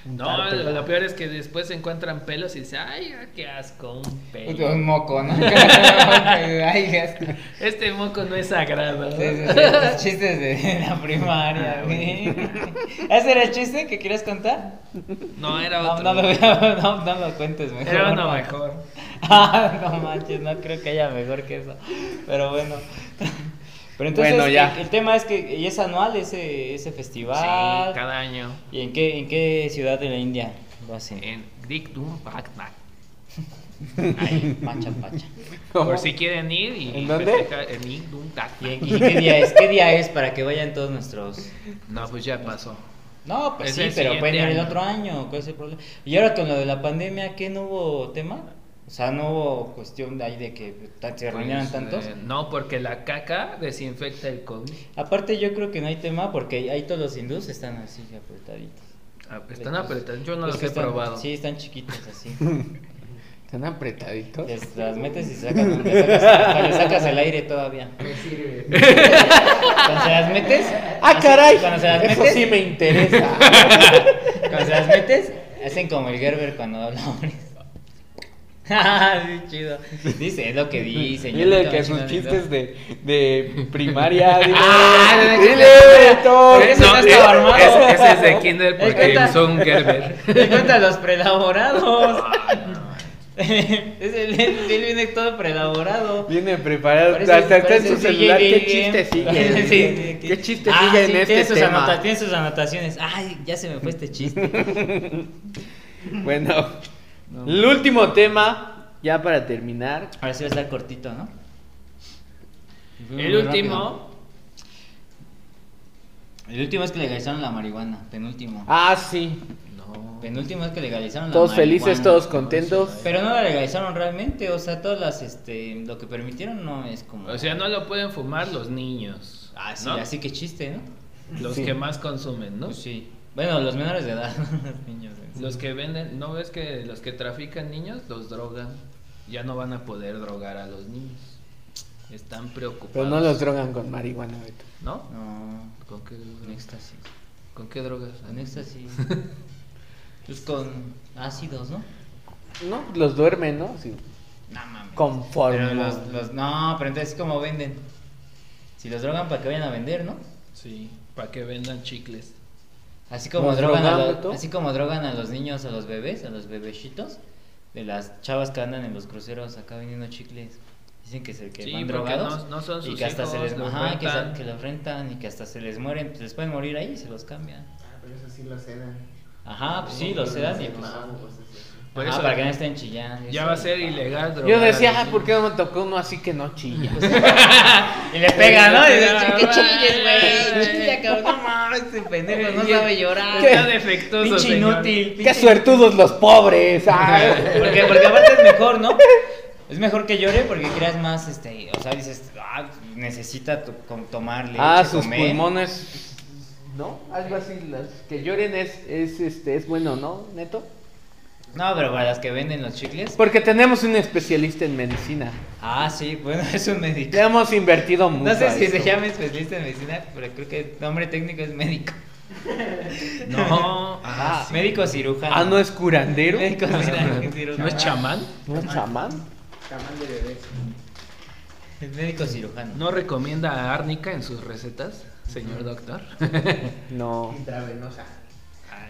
Speaker 2: No, lo, lo peor es que después se encuentran pelos y dice, ay, ah, qué asco, un pelo.
Speaker 1: Pues, Un moco, ¿no? Ay, qué asco.
Speaker 2: Este moco no es sagrado.
Speaker 1: Sí, sí, sí, esos chistes de la primaria, güey. ¿Ese era el chiste que querías contar?
Speaker 2: No, era
Speaker 1: No,
Speaker 2: otro.
Speaker 1: no lo, no, no lo cuentes mejor.
Speaker 2: Era uno
Speaker 1: no.
Speaker 2: mejor.
Speaker 1: Ah, no manches, no creo que haya mejor que eso. Pero bueno. Pero entonces,
Speaker 5: Bueno, ya.
Speaker 1: El, el tema es que y es anual ese, ese festival.
Speaker 2: Sí, cada año.
Speaker 1: ¿Y en qué, en qué ciudad de la India lo hacen?
Speaker 2: En Dictum Bhagna.
Speaker 1: Ahí, Pacha, pacha.
Speaker 2: Por si quieren ir y
Speaker 5: ¿En dónde?
Speaker 2: festejar en Dictum
Speaker 1: ¿Y,
Speaker 2: Bhagna.
Speaker 1: en- y qué día es? ¿Qué día es para que vayan todos nuestros
Speaker 2: No, pues ya pasó.
Speaker 1: No, pues
Speaker 2: Es
Speaker 1: sí,
Speaker 2: el
Speaker 1: pero
Speaker 2: siguiente
Speaker 1: pueden ir el
Speaker 2: año.
Speaker 1: otro año, ¿cuál es el problema? Y ahora con lo de la pandemia, ¿qué no hubo tema? O sea, no hubo cuestión de ahí de que ta- se reunieran
Speaker 2: Pues,
Speaker 1: tantos.
Speaker 2: eh, no, porque la caca desinfecta el COVID.
Speaker 1: Aparte yo creo que no hay tema porque ahí todos los hindús están así apretaditos.
Speaker 2: Ah, Están apretados, yo no los he
Speaker 1: Pues, que están-
Speaker 2: probado.
Speaker 1: Sí, están chiquitos así.
Speaker 3: ¿Están apretaditos?
Speaker 1: Les- las metes y sacan, le sacas, hasta le sacas el aire todavía.
Speaker 4: Me sirve.
Speaker 1: Cuando se las metes.
Speaker 3: ¡Ah,
Speaker 1: así-
Speaker 3: caray!
Speaker 1: Cuando se las
Speaker 3: Eso
Speaker 1: metes.
Speaker 3: sí me interesa.
Speaker 1: Cuando se las metes, hacen como el Gerber cuando habla hombres. Ah, sí, chido. Dice, es lo que dice. yo
Speaker 3: Dile
Speaker 1: nunca
Speaker 3: que
Speaker 1: me
Speaker 3: sus
Speaker 1: chingo ni
Speaker 3: chistes de, de primaria. Dile,
Speaker 2: Ah, de- de-
Speaker 3: dile todo.
Speaker 1: Pero Oh, ese
Speaker 2: No,
Speaker 1: no
Speaker 2: eh,
Speaker 1: estaba armado.
Speaker 2: ese- ese es de Kinder porque
Speaker 1: Ahorita-
Speaker 2: usó un Gerber.
Speaker 1: dos. Te cuentan los prelaborados.
Speaker 2: Ay, no.
Speaker 1: es el, él, él viene todo prelaborado.
Speaker 3: Viene preparado.
Speaker 1: Parece-
Speaker 3: hasta está en
Speaker 1: parece
Speaker 3: su
Speaker 1: DJ
Speaker 3: celular. ¿Qué
Speaker 1: Game.
Speaker 3: chiste sigue?
Speaker 1: Sí,
Speaker 3: ¿Qué chiste
Speaker 1: Ah,
Speaker 3: sigue
Speaker 1: sí,
Speaker 3: en
Speaker 1: tiene
Speaker 3: este
Speaker 1: sus
Speaker 3: tema?
Speaker 1: anota- Tiene sus anotaciones. Ay, ya se me fue este chiste.
Speaker 3: Bueno, el último tema, ya para terminar.
Speaker 1: Ahora sí va a estar cortito, ¿no? Mm,
Speaker 2: El último,
Speaker 1: El último es que legalizaron la marihuana. Penúltimo.
Speaker 3: Ah, sí.
Speaker 2: no.
Speaker 1: Penúltimo es que legalizaron la
Speaker 3: Todos
Speaker 1: marihuana.
Speaker 3: felices, todos contentos.
Speaker 1: Pero no la legalizaron realmente, o sea, todas las, este, lo que permitieron no es como...
Speaker 2: O sea, no lo pueden fumar los niños.
Speaker 1: Ah, sí,
Speaker 2: ¿no?
Speaker 1: así que chiste, ¿no?
Speaker 2: Los
Speaker 3: Sí.
Speaker 2: que más consumen, ¿no?
Speaker 1: Pues sí. Bueno, los menores de edad, los niños. en sí.
Speaker 2: Los que venden, ¿no ves que los que trafican niños los drogan? Ya no van a poder drogar a los niños. Están preocupados.
Speaker 3: Pero no los drogan con marihuana, Beto.
Speaker 2: ¿No?
Speaker 1: No,
Speaker 2: ¿Con qué,
Speaker 1: con éxtasis.
Speaker 2: ¿Con qué drogas?
Speaker 1: Con éxtasis. pues con ácidos, ¿no?
Speaker 3: No, los duermen, ¿no? Sí.
Speaker 1: No mames.
Speaker 3: Con
Speaker 1: Pero
Speaker 3: fórmula.
Speaker 1: los, los- no, pero entonces, ¿cómo venden? Si los drogan, ¿para que vayan a vender, no?
Speaker 2: Sí, para que vendan chicles.
Speaker 1: Así como,
Speaker 3: ¿Los
Speaker 1: drogan a
Speaker 3: drogan,
Speaker 1: los,
Speaker 3: Beto?
Speaker 1: así como drogan a los niños, a los bebés, a los bebechitos, de las chavas que andan en los cruceros acá vendiendo chicles. Dicen que se que
Speaker 2: Sí,
Speaker 1: van
Speaker 2: porque
Speaker 1: drogados
Speaker 2: no- no son
Speaker 1: y
Speaker 2: sus
Speaker 1: que hasta se
Speaker 2: hijos,
Speaker 1: les
Speaker 2: los
Speaker 1: ajá, que, se-
Speaker 2: rentan.
Speaker 1: que los rentan y que hasta se les mueren, pues les pueden morir ahí y se los cambian.
Speaker 4: Ah, pero eso sí lo sedan.
Speaker 1: Ajá, pues sí, los sedan y pues
Speaker 4: Mago, cosas así.
Speaker 2: Por
Speaker 1: ajá,
Speaker 2: eso-
Speaker 1: para que no estén chillando.
Speaker 2: Ya va a ser ilegal drogar.
Speaker 3: Yo
Speaker 2: a
Speaker 3: decía,
Speaker 2: los
Speaker 3: ah, ¿por
Speaker 2: niños".
Speaker 3: qué no me tocó uno así que no chilla?
Speaker 1: Pues Y le pega, ¿no? Y
Speaker 2: Sí,
Speaker 1: dice,
Speaker 2: no,
Speaker 1: que
Speaker 2: no,
Speaker 1: chilles,
Speaker 2: no,
Speaker 1: güey.
Speaker 2: no,
Speaker 1: Chilla, cabrón. No mames, este pendejo no sabe llorar.
Speaker 2: Está defectuoso,
Speaker 1: Pinche
Speaker 2: señor.
Speaker 1: inútil.
Speaker 3: ¡Qué
Speaker 1: pinche-
Speaker 3: suertudos los pobres! ah.
Speaker 1: Porque, porque aparte es mejor, ¿no? Es mejor que llore porque creas más, este, o sea, dices, ah, necesita to- com- tomar leche,
Speaker 3: Ah, sus
Speaker 1: comer.
Speaker 3: pulmones. ¿No? Algo así, las que lloren es, es, este, es bueno, ¿no, Neto?
Speaker 1: No, pero para las que venden los chicles.
Speaker 3: Porque tenemos un especialista en medicina.
Speaker 1: Ah, sí, bueno, es un médico.
Speaker 3: Le hemos invertido mucho.
Speaker 1: No sé
Speaker 3: a
Speaker 1: si
Speaker 3: esto.
Speaker 1: se llama especialista en medicina, pero creo que el nombre técnico es médico.
Speaker 2: No. Ah, sí.
Speaker 1: Médico cirujano.
Speaker 3: Ah, ¿no es curandero?
Speaker 1: Médico cirujano.
Speaker 2: ¿No es chamán?
Speaker 3: ¿No es chamán?
Speaker 4: Chamán de bebés.
Speaker 1: Es médico cirujano.
Speaker 2: ¿No recomienda árnica en sus recetas, señor doctor?
Speaker 3: No.
Speaker 4: Intravenosa.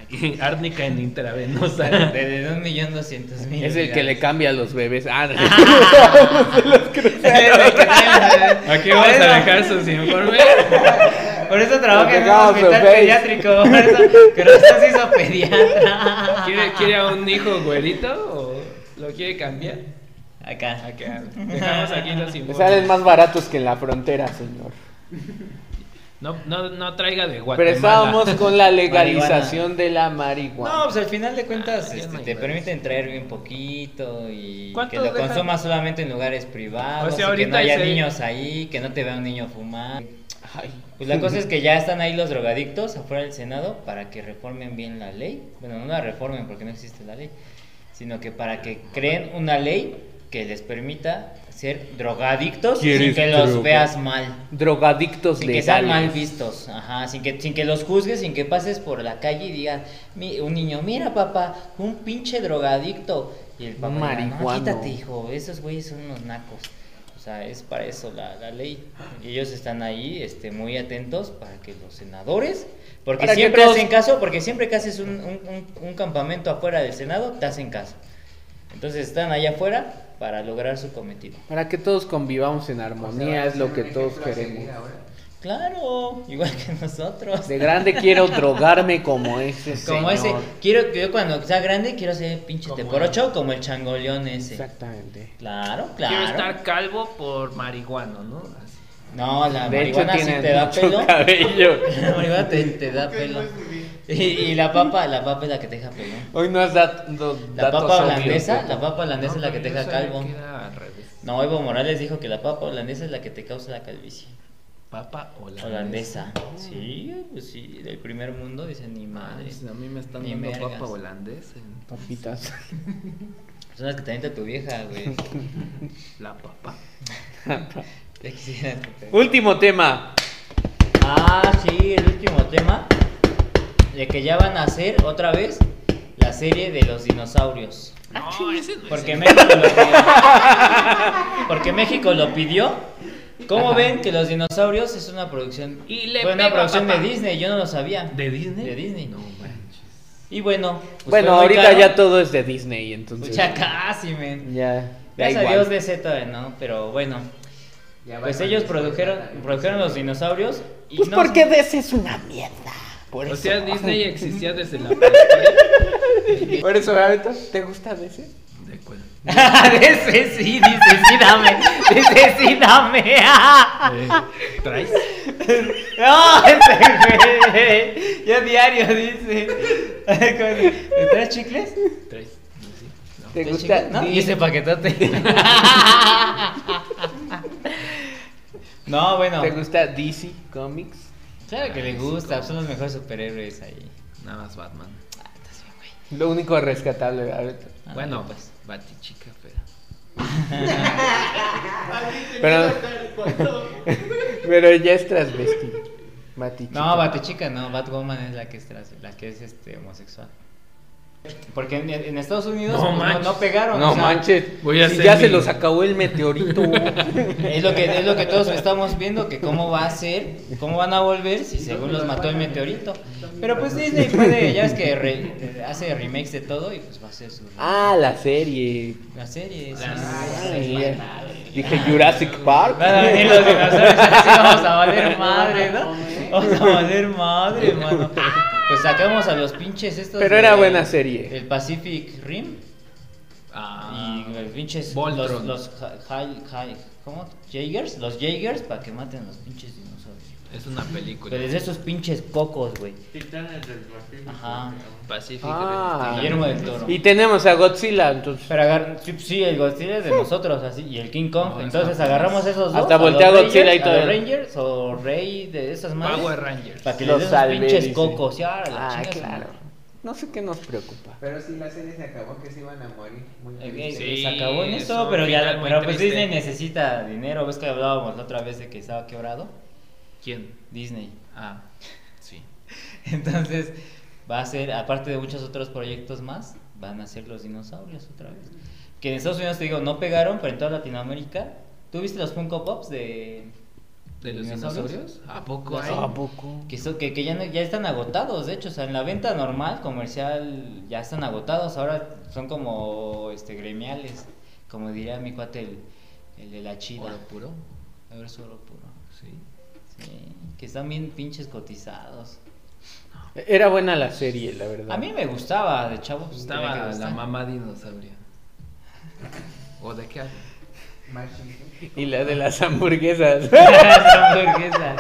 Speaker 2: Ay, árnica en intravenosa.
Speaker 1: De un millón doscientos mil.
Speaker 3: Es el que le
Speaker 1: cae.
Speaker 3: cambia a los bebés. Ah, no.
Speaker 2: Aquí vamos a dejar sus informes.
Speaker 1: Por eso trabaja en un
Speaker 3: Dejamos
Speaker 1: hospital
Speaker 3: el face.
Speaker 1: pediátrico. Por eso, pero eso se hizo pediatra.
Speaker 2: ¿Quiere, quiere a un hijo güerito o lo quiere cambiar?
Speaker 1: Acá.
Speaker 2: Acá, Dejamos aquí los
Speaker 3: Me
Speaker 2: informes.
Speaker 3: salen más baratos que en la frontera, señor.
Speaker 2: No, no, no traiga de Guatemala.
Speaker 3: Pero estábamos con la legalización de la
Speaker 1: No,
Speaker 3: marihuana.
Speaker 1: pues al final de cuentas
Speaker 2: Ah, ya
Speaker 1: este,
Speaker 2: no hay
Speaker 1: te
Speaker 2: más.
Speaker 1: permiten traer bien poquito y que
Speaker 2: ¿Cuántos
Speaker 1: lo
Speaker 2: dejan?
Speaker 1: consumas solamente en lugares privados, y
Speaker 2: O sea,
Speaker 1: que no
Speaker 2: ahorita
Speaker 1: haya
Speaker 2: ese-
Speaker 1: niños ahí, que no te vea un niño fumar.
Speaker 3: Ay.
Speaker 1: Pues la cosa es que ya están ahí los drogadictos afuera del Senado para que reformen bien la ley. Bueno, no la reformen porque no existe la ley, sino que para que creen una ley que les permita ser drogadictos sin
Speaker 3: ¿Quieres
Speaker 1: que los
Speaker 3: droga?
Speaker 1: veas mal.
Speaker 3: Drogadictos
Speaker 1: Sin que sean mal
Speaker 3: legales.
Speaker 1: vistos, ajá, sin que, sin que los juzgues, sin que pases por la calle y digan, mi- un niño, mira papá, un pinche drogadicto. Y el papá
Speaker 3: Un
Speaker 1: diga, "No,
Speaker 3: marihuano.
Speaker 1: quítate hijo, esos güeyes son unos nacos. O sea, es para eso la, la ley. Y ellos están ahí este, muy atentos para que los senadores, porque
Speaker 3: Para que
Speaker 1: siempre
Speaker 3: todos-
Speaker 1: hacen caso, porque siempre que haces un, un- un- un campamento afuera del Senado, te hacen caso. Entonces están allá afuera para lograr su cometido.
Speaker 3: Para que todos convivamos en
Speaker 4: O sea,
Speaker 3: armonía,
Speaker 1: Pues,
Speaker 4: van a
Speaker 3: es lo
Speaker 4: ser
Speaker 3: que
Speaker 4: un
Speaker 3: todos
Speaker 4: ejemplo a seguir
Speaker 3: queremos.
Speaker 4: ahora.
Speaker 1: Claro, igual que nosotros.
Speaker 3: De grande quiero drogarme como ese
Speaker 1: Como ese,
Speaker 3: señor.
Speaker 1: quiero yo cuando sea grande quiero ser pinche
Speaker 2: Como
Speaker 1: por ocho como el changoleón ese.
Speaker 3: Exactamente.
Speaker 1: Claro,
Speaker 2: Quiero
Speaker 1: claro.
Speaker 2: estar calvo por marihuano, ¿no? Así.
Speaker 1: No, la
Speaker 3: De hecho
Speaker 1: marihuana sí
Speaker 3: tiene
Speaker 1: te da
Speaker 3: mucho
Speaker 1: pelo.
Speaker 3: cabello.
Speaker 1: La marihuana te, te da pelo. Y, y la papa, la papa es la que te deja pelón.
Speaker 3: Hoy no has dado
Speaker 1: La
Speaker 3: datos
Speaker 1: papa
Speaker 3: obvios,
Speaker 1: holandesa,
Speaker 3: güey.
Speaker 1: la papa holandesa es la que te deja calvo.
Speaker 2: Queda al revés.
Speaker 1: No, Evo Morales dijo que la papa holandesa es la que te causa la calvicie.
Speaker 2: Papa holandesa.
Speaker 1: Holandesa. Sí, pues sí, del primer mundo dicen ni madre.
Speaker 2: Madres, pues, a mí me están
Speaker 1: Ni
Speaker 2: dando
Speaker 1: vergas.
Speaker 2: papa holandesa.
Speaker 5: Papitas.
Speaker 1: Son las que te avienta tu vieja, güey.
Speaker 2: La papa.
Speaker 1: Ya quisieras que te-
Speaker 3: Último tema.
Speaker 1: Pues Ah, sí, el último tema. De que ya van a hacer otra vez la serie de los dinosaurios.
Speaker 2: No, ese no es
Speaker 1: Porque
Speaker 2: el-
Speaker 1: México lo pidió. Porque México lo pidió. ¿Cómo ven que Los Dinosaurios es una producción?
Speaker 2: Y le
Speaker 1: fue una
Speaker 2: pega,
Speaker 1: producción
Speaker 2: papá.
Speaker 1: de Disney, yo no lo sabía.
Speaker 2: ¿De Disney?
Speaker 1: De Disney.
Speaker 2: No manches.
Speaker 1: Y bueno. pues
Speaker 3: bueno,
Speaker 1: fue muy
Speaker 3: ahorita
Speaker 1: caro.
Speaker 3: ya todo es de Disney, entonces.
Speaker 1: Pues ya casi, men.
Speaker 3: Ya. da
Speaker 1: Gracias a
Speaker 3: igual.
Speaker 1: Dios de Z, ¿no? Pero bueno.
Speaker 4: Ya
Speaker 1: Pues
Speaker 4: va
Speaker 1: ellos
Speaker 4: con
Speaker 1: produjeron,
Speaker 4: esta-
Speaker 1: produjeron Los Dinosaurios. Y
Speaker 3: Pues
Speaker 1: no-
Speaker 3: porque DC es una mierda. Por
Speaker 2: O
Speaker 3: eso.
Speaker 2: sea, Disney existía desde la prehistoria.
Speaker 3: Por eso, ahorita, ¿te gusta DC?
Speaker 2: ¿De cuál?
Speaker 1: de ese sí, dice sí, dame. Dice sí, dame.
Speaker 2: Eh, ¿Traes?
Speaker 1: No, ese güey. Ya diario dice. ¿Cómo se- ¿Me traes chicles?
Speaker 2: ¿Traes? No, sí, no.
Speaker 3: ¿Te
Speaker 1: ¿Traes
Speaker 3: gusta?
Speaker 1: chicles? ¿No?
Speaker 3: Di-
Speaker 1: Y ese paquetote. No, bueno.
Speaker 3: ¿Te gusta DC Comics?
Speaker 1: Claro que le gusta, son los mejores superhéroes ahí.
Speaker 2: Nada más Batman.
Speaker 1: Ah, estás bien, güey.
Speaker 3: Lo único rescatable ahorita.
Speaker 1: Ah,
Speaker 2: bueno,
Speaker 1: no,
Speaker 2: pues. Batichica, pero.
Speaker 3: Pero, pero ya es transvestido. Matichica.
Speaker 1: No, Batechica no, Batwoman es la que es, trans- la que es este, homosexual. Porque en, en Estados Unidos
Speaker 2: No
Speaker 1: pues, no,
Speaker 2: manches.
Speaker 1: no pegaron.
Speaker 3: No
Speaker 1: o sea,
Speaker 3: manches.
Speaker 2: voy a
Speaker 3: si
Speaker 2: hacer
Speaker 3: ya
Speaker 2: mi-
Speaker 3: se los acabó el meteorito.
Speaker 1: Es lo, que, es lo que todos estamos viendo, que cómo va a ser, cómo van a volver si según los mató el meteorito. Pero pues Disney puede, ya es que re- hace remakes de todo y pues va a ser su...
Speaker 3: ah, la serie.
Speaker 1: La serie, sí.
Speaker 3: Ay, ya. Dije Jurassic Park.
Speaker 1: Van a venir los dinosaurios así, vamos a valer madre, ¿no? Vamos a valer madre, hermano. Pues sacamos a los pinches estos.
Speaker 3: Pero era buena serie.
Speaker 1: El Pacific Rim
Speaker 2: Ah,
Speaker 1: y los pinches. Los,
Speaker 2: Voltron.
Speaker 1: los ja- ja- ja- ¿Cómo? Jaegers. Los Jaegers para que maten a los pinches dinosaurios.
Speaker 2: Es una película.
Speaker 1: Pero es esos pinches cocos, güey.
Speaker 6: Titanes del Pacífico.
Speaker 1: Ajá.
Speaker 2: Pacific.
Speaker 3: Ah.
Speaker 2: Rim.
Speaker 1: Guillermo del Toro.
Speaker 3: Y tenemos a Godzilla, entonces.
Speaker 1: Pero agar sí, sí, el Godzilla es de nosotros, así, y el King Kong.
Speaker 2: No,
Speaker 1: Entonces
Speaker 2: está-
Speaker 1: agarramos esos dos.
Speaker 3: Hasta
Speaker 1: a los
Speaker 3: voltea Godzilla
Speaker 1: Rangers-
Speaker 3: y
Speaker 1: a los
Speaker 3: todo.
Speaker 1: Rangers o Rey de esas madres.
Speaker 2: Power Rangers.
Speaker 1: Para que
Speaker 3: Los
Speaker 1: les den
Speaker 3: salvé,
Speaker 1: esos pinches
Speaker 3: dice.
Speaker 1: cocos. Ya, a la
Speaker 3: Ah,
Speaker 1: chinga su
Speaker 3: claro.
Speaker 1: madre.
Speaker 3: No sé qué nos preocupa.
Speaker 4: Pero si la serie se acabó, que se iban a morir. Muy
Speaker 1: Eh,
Speaker 4: triste.
Speaker 1: eh,
Speaker 2: Sí,
Speaker 1: se acabó en
Speaker 2: es
Speaker 1: eso,
Speaker 2: un
Speaker 1: pero ya
Speaker 2: final
Speaker 1: la-
Speaker 2: muy
Speaker 1: pero pues
Speaker 2: triste.
Speaker 1: Disney necesita dinero. ¿Ves que hablábamos la otra vez de que estaba quebrado?
Speaker 2: ¿Quién?
Speaker 1: Disney.
Speaker 2: Ah, sí.
Speaker 1: Entonces, va a ser, aparte de muchos otros proyectos más, van a ser los dinosaurios otra vez. Que en Estados Unidos, te digo, no pegaron, pero en toda Latinoamérica. ¿Tú viste los Funko Pops de...
Speaker 2: ¿De los dinosaurios? ¿A poco hay?
Speaker 3: ¿A poco?
Speaker 1: Que, so- que, que ya, no- ya están agotados, de hecho, o sea, en la venta normal, comercial, ya están agotados, ahora son como este gremiales, como diría mi cuate el, el de la chida.
Speaker 2: ¿Oro puro?
Speaker 1: Ahora es oro puro.
Speaker 2: Sí.
Speaker 1: Sí, que están bien pinches cotizados.
Speaker 3: Era buena la serie, la verdad.
Speaker 1: A mí me gustaba de chavo. pues, tenía que
Speaker 2: Estaba la
Speaker 1: gustar.
Speaker 2: mamá dinosauria. ¿O de qué habla?
Speaker 4: Machismo.
Speaker 3: Y la de las hamburguesas.
Speaker 1: Esa hamburguesa.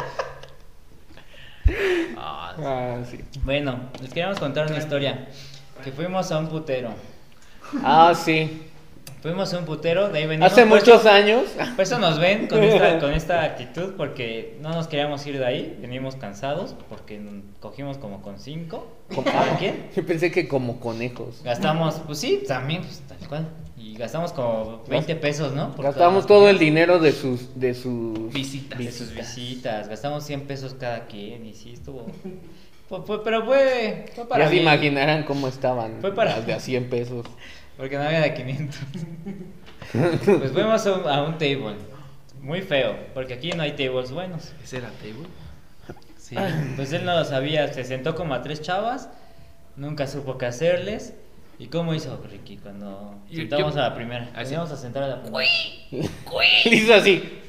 Speaker 2: Ah,
Speaker 3: ah, sí.
Speaker 1: Bueno, les queríamos contar una historia. Que fuimos a un putero.
Speaker 3: Ah, sí.
Speaker 1: Fuimos a un putero, de ahí venimos.
Speaker 3: Hace
Speaker 1: por eso-
Speaker 3: muchos años.
Speaker 1: Por eso nos ven con esta, con esta actitud, porque no nos queríamos ir de ahí, venimos cansados, porque n- cogimos como con cinco, cada quien.
Speaker 3: Yo pensé que como conejos.
Speaker 1: Gastamos, pues sí, también, pues, tal cual. Y gastamos como 20 pesos, ¿no? Por todas
Speaker 3: Gastamos todo
Speaker 1: las-
Speaker 3: el dinero de sus de sus
Speaker 2: Visitas.
Speaker 1: de sus visitas. Gastamos 100 pesos cada quien, y sí, estuvo. fue- fue- pero fue, fue para
Speaker 3: ya se
Speaker 1: bien,
Speaker 3: imaginarán cómo estaban
Speaker 1: Fue para-
Speaker 3: las de a 100 pesos.
Speaker 1: Porque no había de 500. pues fuimos a un, a un table, muy feo, porque aquí no hay tables buenos.
Speaker 2: ¿Ese era table? Ah.
Speaker 1: Sí, pues él no lo sabía, se sentó como a tres chavas, nunca supo qué hacerles. ¿Y cómo hizo Ricky cuando
Speaker 2: Yo-
Speaker 1: sentamos
Speaker 2: yo-
Speaker 1: a la primera?
Speaker 2: así.
Speaker 1: Teníamos a sentar a la primera.
Speaker 3: Le hizo así.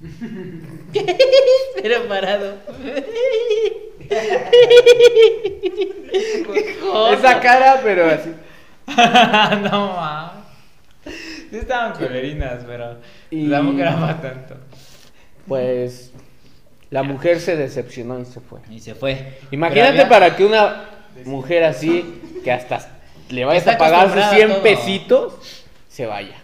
Speaker 1: Era parado.
Speaker 3: Esa cara, pero así.
Speaker 1: no mames. Sí estaban culerinas, pero
Speaker 3: Y-
Speaker 1: tampoco era para tanto.
Speaker 3: Pues
Speaker 5: La mujer se decepcionó y se fue.
Speaker 1: Y se fue.
Speaker 5: Imagínate
Speaker 1: Pero había-
Speaker 5: para que una mujer así, que hasta le vayas
Speaker 1: Está
Speaker 5: a pagar sus
Speaker 1: acostumbrada a
Speaker 5: 100
Speaker 1: todo.
Speaker 5: pesitos, se vaya.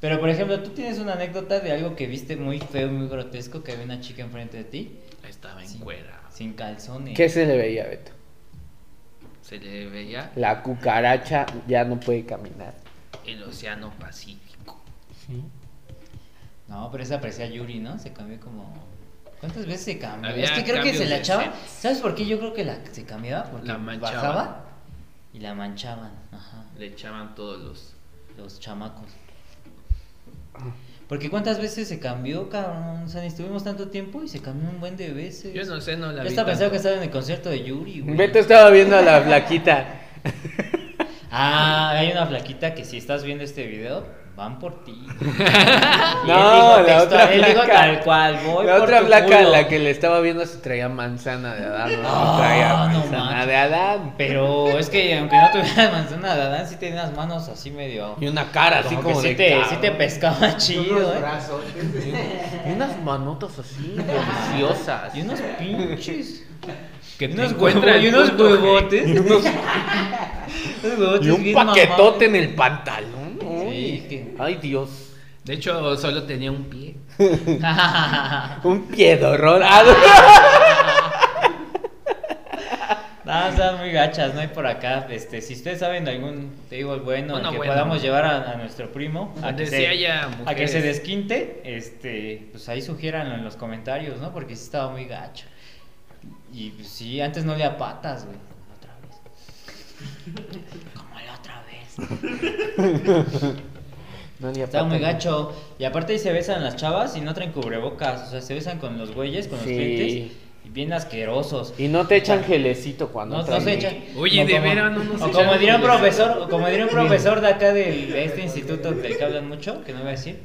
Speaker 1: Pero por ejemplo, tú tienes una anécdota de algo que viste muy feo, muy grotesco, que había una chica enfrente de ti
Speaker 2: Estaba en
Speaker 1: Sí.
Speaker 2: cuera.
Speaker 1: sin calzones.
Speaker 5: ¿Qué se le veía, Beto?
Speaker 2: Se le veía
Speaker 5: La cucaracha ya no puede caminar.
Speaker 2: el océano Pacífico.
Speaker 1: No, pero esa parecía Yuri, ¿no? Se cambió como ¿Cuántas veces se cambió?
Speaker 2: Había
Speaker 1: es que creo que
Speaker 2: cambios
Speaker 1: se la
Speaker 2: de
Speaker 1: echaba.
Speaker 2: sets.
Speaker 1: ¿Sabes por qué yo creo que la se cambiaba? Porque
Speaker 2: La manchaban.
Speaker 1: bajaba y la manchaban. Ajá.
Speaker 2: Le echaban todos los.
Speaker 1: Los chamacos. Porque cuántas veces se cambió, cabrón. O sea, ni estuvimos tanto tiempo y se cambió un buen de veces.
Speaker 2: Yo no sé, no la
Speaker 1: Yo
Speaker 2: vi.
Speaker 1: estaba pensando que
Speaker 2: tanto.
Speaker 1: estaba en el concierto de Yuri, güey.
Speaker 5: Beto estaba viendo a este la flaquita.
Speaker 1: Ah, hay una flaquita que si estás viendo este video, van por ti. Y él
Speaker 5: No,
Speaker 1: dijo
Speaker 5: la
Speaker 1: textual,
Speaker 5: otra
Speaker 1: él dijo
Speaker 5: flaca.
Speaker 1: tal cual, voy
Speaker 5: la
Speaker 1: por
Speaker 5: otra
Speaker 1: tu
Speaker 5: flaca,
Speaker 1: culo.
Speaker 5: la que le estaba viendo si traía manzana de Adán o no,
Speaker 1: Ah,
Speaker 5: traía
Speaker 1: no
Speaker 5: manzana
Speaker 1: manches.
Speaker 5: de Adán.
Speaker 1: Pero es que aunque no tuvieras manzana de Adán, sí tenía las manos así medio...
Speaker 5: Y una cara así como,
Speaker 1: que sí
Speaker 5: de
Speaker 1: te,
Speaker 5: cabrón.
Speaker 1: sí te pescaba chido,
Speaker 4: Unos
Speaker 1: eh.
Speaker 4: brazos.
Speaker 5: Y unas manotas así, deliciosas.
Speaker 1: Y unos pinches...
Speaker 2: Que te
Speaker 1: unos
Speaker 2: encuentra
Speaker 1: huevos,
Speaker 2: el
Speaker 1: y unos
Speaker 2: punto G.
Speaker 1: huevotes. Y unos, huevotes
Speaker 5: Y un
Speaker 1: bien
Speaker 5: paquetote en el pantalón. Uy.
Speaker 1: que-
Speaker 5: Ay, Dios.
Speaker 2: De hecho, solo tenía un pie.
Speaker 1: mamados.
Speaker 5: Un piedorrón. Ah,
Speaker 1: No, están muy gachas, no hay por acá. Este, si ustedes saben de algún table bueno,
Speaker 2: Bueno,
Speaker 1: que
Speaker 2: bueno.
Speaker 1: podamos llevar a, a nuestro primo a
Speaker 2: Donde
Speaker 1: que,
Speaker 2: sí
Speaker 1: se,
Speaker 2: haya
Speaker 1: a que
Speaker 2: mujeres.
Speaker 1: se desquinte, este, pues ahí sugieran en los comentarios, ¿no? Porque sí estaba muy gacho. Y pues, sí, antes no leía patas, güey. Otra vez. Como la otra vez.
Speaker 5: No, ni
Speaker 1: Estaba muy
Speaker 5: aparte,
Speaker 1: gacho. Y aparte ahí se besan las chavas y no traen cubrebocas. O sea, se besan con los güeyes, con
Speaker 5: Sí.
Speaker 1: los clientes. Y bien asquerosos.
Speaker 5: Y no te echan gelecito cuando
Speaker 1: No, no
Speaker 5: traes-
Speaker 1: se echa.
Speaker 2: Oye,
Speaker 1: O
Speaker 2: de
Speaker 1: como-
Speaker 2: veras, no nos
Speaker 1: O
Speaker 2: echaron
Speaker 1: como diría un
Speaker 2: de veras.
Speaker 1: profesor, o como diría un profesor de acá del, de este instituto del que hablan mucho, que no voy a decir,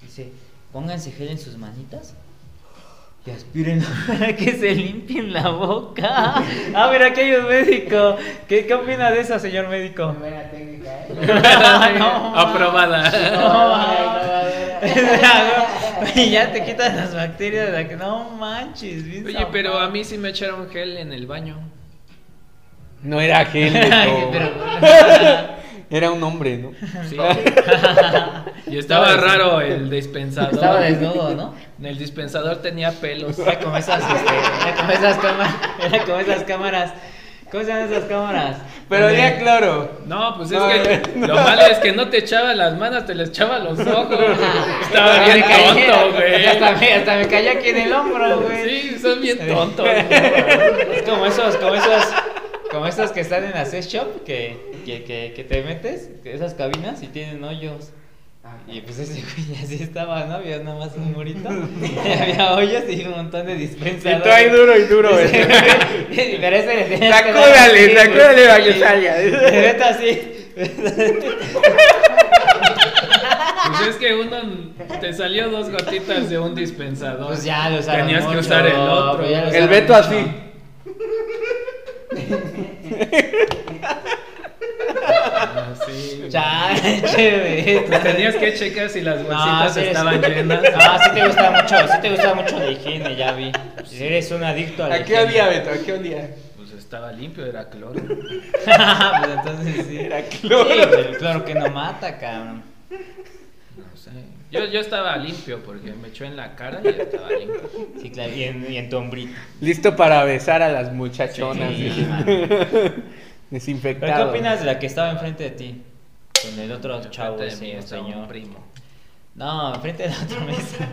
Speaker 1: dice, pónganse gel en sus manitas y aspiren para que se limpien la boca. Ah, mira, aquí hay un médico. ¿Qué, qué opina de esa, señor médico?
Speaker 4: Muy buena técnica, ¿eh?
Speaker 1: No.
Speaker 2: Aprobada.
Speaker 1: y ya te quitan las bacterias de aquí. No manches, bien
Speaker 2: Oye, pero
Speaker 1: zafado.
Speaker 2: a mí sí me echaron gel en el baño.
Speaker 5: No era gel. Beto.
Speaker 1: Pero-
Speaker 5: Era un hombre, ¿no?
Speaker 2: Sí. y estaba
Speaker 1: Estaba
Speaker 2: raro el dispensador.
Speaker 1: Estaba desnudo, ¿no?
Speaker 2: En el dispensador tenía pelos.
Speaker 1: Era como esas, este, era como esas cámaras, era como esas cámaras. ¿Cómo se llaman esas cámaras?
Speaker 5: Pero
Speaker 1: Donde-
Speaker 5: ya claro.
Speaker 2: No, pues es
Speaker 5: No,
Speaker 2: que
Speaker 5: no.
Speaker 2: lo malo es que no te echaba las manos, te las echaba los ojos.
Speaker 1: Ah,
Speaker 2: Estaba
Speaker 1: Hasta
Speaker 2: bien
Speaker 1: me caí-
Speaker 2: tonto,
Speaker 1: Hasta
Speaker 2: güey.
Speaker 1: me, hasta me cayó aquí en el hombro, güey.
Speaker 2: Sí, son bien tontos.
Speaker 1: Es como esos, como esos, como esos que están en la sex shop que, que, que, que te metes, esas cabinas y tienen hoyos. Y pues ese güey así estaba, ¿no? Había nada más un murito. y había hoyos y un montón de dispensadores.
Speaker 5: Y tú ahí duro y duro, ¿eh?
Speaker 1: Ese
Speaker 5: Beto.
Speaker 1: güey- Pero ese le tenías que dar
Speaker 5: Sacúdale,
Speaker 1: así, güey.
Speaker 5: sacúdale para que
Speaker 1: Sí.
Speaker 5: salga.
Speaker 1: Vete así.
Speaker 2: Pues es que uno te salió dos gotitas de un dispensador.
Speaker 1: Pues ya lo usaron
Speaker 2: Tenías que
Speaker 1: mucho,
Speaker 2: usar el otro.
Speaker 1: pues ya lo
Speaker 5: El
Speaker 1: usaron
Speaker 5: Beto
Speaker 1: mucho.
Speaker 5: así.
Speaker 2: Ah, sí.
Speaker 1: Chale, che,
Speaker 2: Pues
Speaker 1: Beto.
Speaker 2: tenías que checar si las
Speaker 1: No,
Speaker 2: bolsitas
Speaker 1: sí eres-
Speaker 2: estaban llenas.
Speaker 1: No, sí te gusta mucho, sí te gusta mucho la higiene, ya vi. Pues Eres un adicto a la
Speaker 5: ¿A qué
Speaker 1: higiene.
Speaker 5: olía, Beto? ¿A qué olía?
Speaker 2: Pues estaba limpio, era cloro.
Speaker 1: pues entonces sí.
Speaker 5: Era cloro.
Speaker 1: Sí, pero el cloro que no mata, cabrón.
Speaker 2: No sé. Yo, yo estaba limpio porque me echó en la cara y estaba limpio.
Speaker 1: Sí, claro, y en, y en tu hombrito.
Speaker 5: Listo para besar a las muchachonas.
Speaker 1: Sí,
Speaker 5: ¿sí?
Speaker 1: ¿Pero qué
Speaker 5: Desinfectado.
Speaker 1: opinas de la que estaba enfrente de ti? Con el otro chavo,
Speaker 2: Enfrente de
Speaker 1: ese
Speaker 2: mí estaba un
Speaker 1: señor.
Speaker 2: primo.
Speaker 1: No, enfrente de la otra mesa.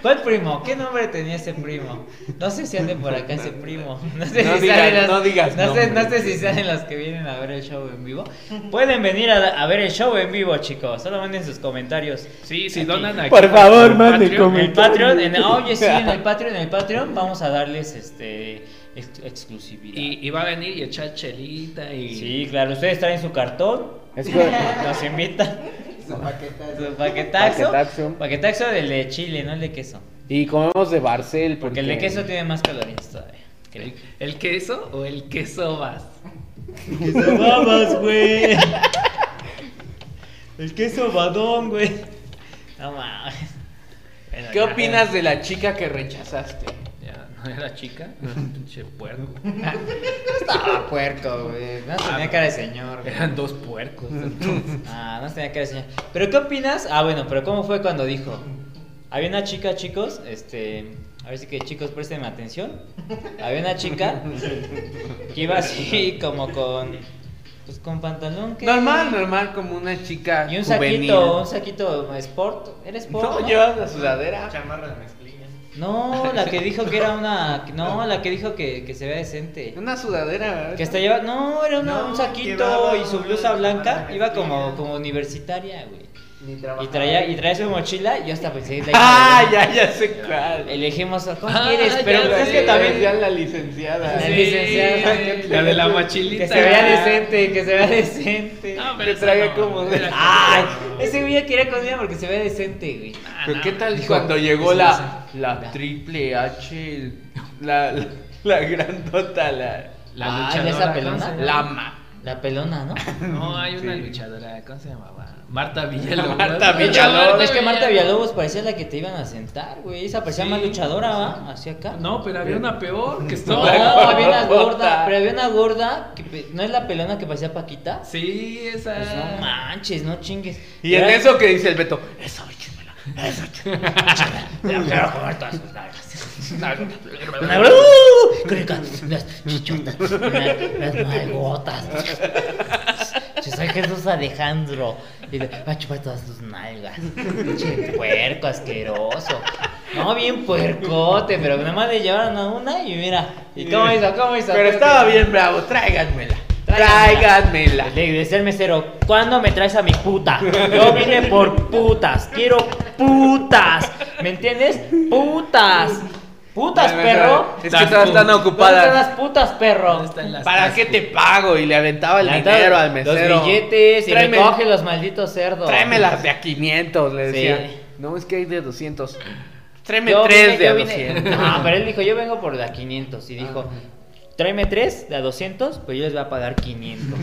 Speaker 1: ¿Cuál primo? ¿Qué nombre tenía ese primo? No sé si ande por acá ese primo. No sé
Speaker 5: No
Speaker 1: si
Speaker 5: digas-
Speaker 1: salen las,
Speaker 5: no digas
Speaker 1: no sé, no
Speaker 5: nombres.
Speaker 1: sé si salen las que vienen a ver el show en vivo. Pueden venir a, a ver el show en vivo, chicos. Solo manden sus comentarios.
Speaker 2: Sí, si
Speaker 1: Aquí.
Speaker 2: donan aquí.
Speaker 5: Por favor,
Speaker 2: en
Speaker 5: mande
Speaker 1: En
Speaker 2: Patreon,
Speaker 1: el
Speaker 5: comentarios.
Speaker 1: Patreon, en, ah, oye, sí, en el Patreon, en el Patreon vamos a darles este ex- exclusividad.
Speaker 2: Y, y va a venir y echar chelita y.
Speaker 1: Sí, claro, ustedes traen su cartón,
Speaker 5: Es que-
Speaker 1: nos invitan.
Speaker 4: Son paquetas.
Speaker 1: Su Paquetaxo,
Speaker 5: Paquetaxo.
Speaker 1: paquetaxo del de chile, no el de queso.
Speaker 5: Y comemos de Barcel.
Speaker 1: Porque el de queso tiene más calorías todavía. creo.
Speaker 2: ¿El, el queso o el queso vas?
Speaker 1: queso babas, güey. El queso badón, güey. No mames. Bueno,
Speaker 5: ¿Qué
Speaker 1: ya.
Speaker 5: opinas de la chica que rechazaste?
Speaker 2: Ya. ¿No era chica? Pinche puerco.
Speaker 1: Estaba puerco, güey. No tenía cara de señor. güey.
Speaker 2: Eran dos puercos.
Speaker 1: Ah, no tenía cara de señor. ¿Pero qué opinas? Ah, bueno, pero ¿cómo fue cuando dijo? Había una chica, chicos, este. A ver si que chicos presten atención. Había una chica que iba así como con. Pues con pantalón. que-
Speaker 3: Normal, normal, como una chica.
Speaker 1: Y un
Speaker 3: juvenil.
Speaker 1: saquito, un saquito sport. ¿Era sport?
Speaker 3: No,
Speaker 1: no?
Speaker 3: llevas la sudadera.
Speaker 4: Chamarra de mezclilla.
Speaker 1: No, la que dijo que era una. No, la que dijo que, que se vea decente.
Speaker 3: Una sudadera, ¿verdad?
Speaker 1: Que hasta lleva. No, era una-
Speaker 4: No,
Speaker 1: un saquito
Speaker 4: llevaba
Speaker 1: y su
Speaker 4: una
Speaker 1: blusa blanca.
Speaker 4: chamarra
Speaker 1: Iba como,
Speaker 4: vestida.
Speaker 1: como universitaria, güey.
Speaker 7: Ni
Speaker 1: Y
Speaker 7: trabajaba.
Speaker 1: traía, y traía su mochila. Yo hasta pensé. la hija
Speaker 3: Ah,
Speaker 1: de-
Speaker 3: ya, ya sé cuál.
Speaker 1: Elegimos. ¿Cómo
Speaker 2: Ah,
Speaker 1: quieres?
Speaker 2: ya
Speaker 1: Pero pues
Speaker 2: sé.
Speaker 1: es que también.
Speaker 3: ya la licenciada.
Speaker 1: La
Speaker 2: Sí,
Speaker 1: licenciada.
Speaker 2: la de la mochilita.
Speaker 1: Que se vea decente, que se vea decente.
Speaker 2: No, pero
Speaker 3: Que
Speaker 2: esa
Speaker 3: traiga
Speaker 2: no,
Speaker 3: como-
Speaker 2: era-
Speaker 1: Ay, ese güey ya quería con ella porque se vea decente, güey.
Speaker 2: Ah,
Speaker 3: Pero
Speaker 2: no,
Speaker 3: qué tal
Speaker 2: dijo,
Speaker 3: cuando llegó
Speaker 2: "Esa
Speaker 3: la,
Speaker 1: eh, Ya.
Speaker 3: la triple H, el- la, la, la grandota, la,
Speaker 2: La
Speaker 1: Ay,
Speaker 2: luchadora,
Speaker 1: Ah, esa
Speaker 2: ¿cómo se
Speaker 1: pelona.
Speaker 2: llama?
Speaker 3: lama.
Speaker 1: La pelona, ¿no?
Speaker 2: No, hay una
Speaker 3: Sí.
Speaker 2: luchadora, ¿cómo se llamaba? Marta Villalobos. Lucha
Speaker 3: Marta Villalobos.
Speaker 1: Es que Marta Villalobos parecía la que te iban a sentar, güey. Esa parecía
Speaker 2: Sí.
Speaker 1: más luchadora, ¿va? Hacia acá.
Speaker 2: No, pero había una peor que
Speaker 1: No,
Speaker 2: estaba.
Speaker 1: había una
Speaker 3: gorda.
Speaker 1: gorda, pero había una gorda que pe- no es la pelona que parecía Paquita.
Speaker 2: Sí, esa.
Speaker 1: Pues no manches, no chingues.
Speaker 3: Y en
Speaker 1: Era-
Speaker 3: eso que dice el Beto, eso, échamela, eso,
Speaker 1: Ya quiero comer todas sus nalgas. ¡Uh! Rica, Las chichotas, las, las nalgotas. Yo soy Jesús Alejandro. Y le va a chupar todas sus nalgas. Pinche puerco asqueroso. No, bien puercote, pero nada más le llevaron a una y mira. ¿Y cómo hizo? ¿Cómo hizo?
Speaker 3: Pero
Speaker 1: Creo
Speaker 3: estaba
Speaker 1: que-
Speaker 3: bien bravo, tráiganmela,
Speaker 1: Tráiganmela.
Speaker 3: tráiganmela.
Speaker 1: Le decía al mesero, ¿cuándo me traes a mi puta? Yo vine por putas, quiero putas. ¿Me entiendes? Putas. Putas,
Speaker 3: Ya,
Speaker 1: perro.
Speaker 3: Es que
Speaker 2: Las
Speaker 3: todas están
Speaker 2: putas.
Speaker 1: ¿Dónde están las
Speaker 3: ocupadas.
Speaker 1: putas, perro?
Speaker 2: ¿Dónde están las
Speaker 3: ¿Para
Speaker 2: cascos?
Speaker 3: qué te pago? Y le aventaba el
Speaker 1: La neta,
Speaker 3: dinero al mesero.
Speaker 1: Los billetes y
Speaker 3: Tráeme-
Speaker 1: recoge los malditos cerdos.
Speaker 3: Tráemelas de a 500, le
Speaker 1: Sí.
Speaker 3: decía. No, es que hay de 200. Tráeme
Speaker 1: Yo vine-
Speaker 3: tres de
Speaker 1: yo
Speaker 3: a
Speaker 1: vine-
Speaker 3: 200.
Speaker 1: No, pero él dijo, yo vengo por la 500. Y dijo,
Speaker 3: Ah.
Speaker 1: tráeme tres de a 200, pues yo les voy a pagar 500.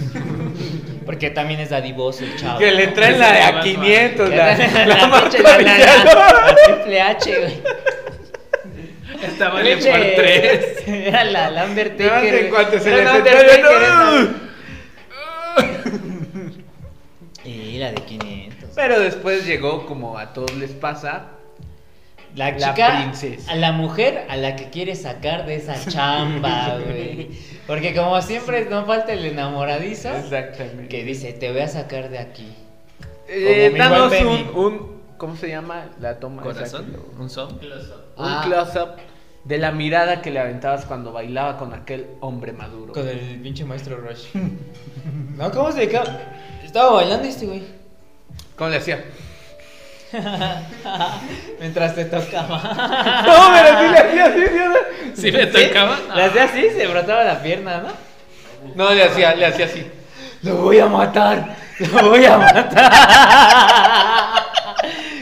Speaker 1: Porque también es dadivoso el chavo.
Speaker 3: Que le
Speaker 1: ¿no?
Speaker 3: traen la de
Speaker 2: Esa
Speaker 3: a
Speaker 2: es
Speaker 3: 500,
Speaker 1: Que
Speaker 3: la,
Speaker 1: la-
Speaker 3: la,
Speaker 1: la
Speaker 3: Marta
Speaker 1: pinche- la- la- la-
Speaker 3: Villalobos.
Speaker 1: la triple H, güey.
Speaker 2: Esta
Speaker 1: La
Speaker 2: vale por tres.
Speaker 1: Era la Lambert
Speaker 3: Nada más
Speaker 1: Taker,
Speaker 3: en
Speaker 1: güey.
Speaker 3: cuanto se
Speaker 1: Era
Speaker 3: le
Speaker 1: una
Speaker 3: sentó,
Speaker 1: Undertaker,
Speaker 3: yo,
Speaker 1: esa,
Speaker 3: "No".
Speaker 1: güey. Y la de 500.
Speaker 3: Pero después llegó, como a todos les pasa,
Speaker 1: La
Speaker 3: La
Speaker 1: chica,
Speaker 3: princesa.
Speaker 1: a la mujer a la que quiere sacar de esa chamba, güey. Porque como siempre no falta el enamoradizo
Speaker 3: Exactamente.
Speaker 1: que dice, te voy a sacar de aquí.
Speaker 3: Eh,
Speaker 1: Como mi
Speaker 3: danos
Speaker 1: buen
Speaker 3: un,
Speaker 1: Benny.
Speaker 3: un- ¿Cómo se llama la toma?
Speaker 2: ¿Corazón?
Speaker 3: Exacto.
Speaker 2: ¿Un son?
Speaker 4: Incluso.
Speaker 1: Ah.
Speaker 3: Un close-up de la mirada que le aventabas cuando bailaba con aquel hombre maduro.
Speaker 1: Con el pinche maestro Rush. No, ¿cómo se dedicaba? Estaba bailando este güey.
Speaker 3: ¿Cómo le hacía?
Speaker 1: Mientras te tocaba.
Speaker 3: No, pero sí le hacía así, sí,
Speaker 2: ¿Sí le tocaba?
Speaker 1: Le hacía así, se brotaba la pierna, ¿no?
Speaker 3: sí. No, le hacía, le hacía así.
Speaker 1: Lo voy a matar, lo voy a matar.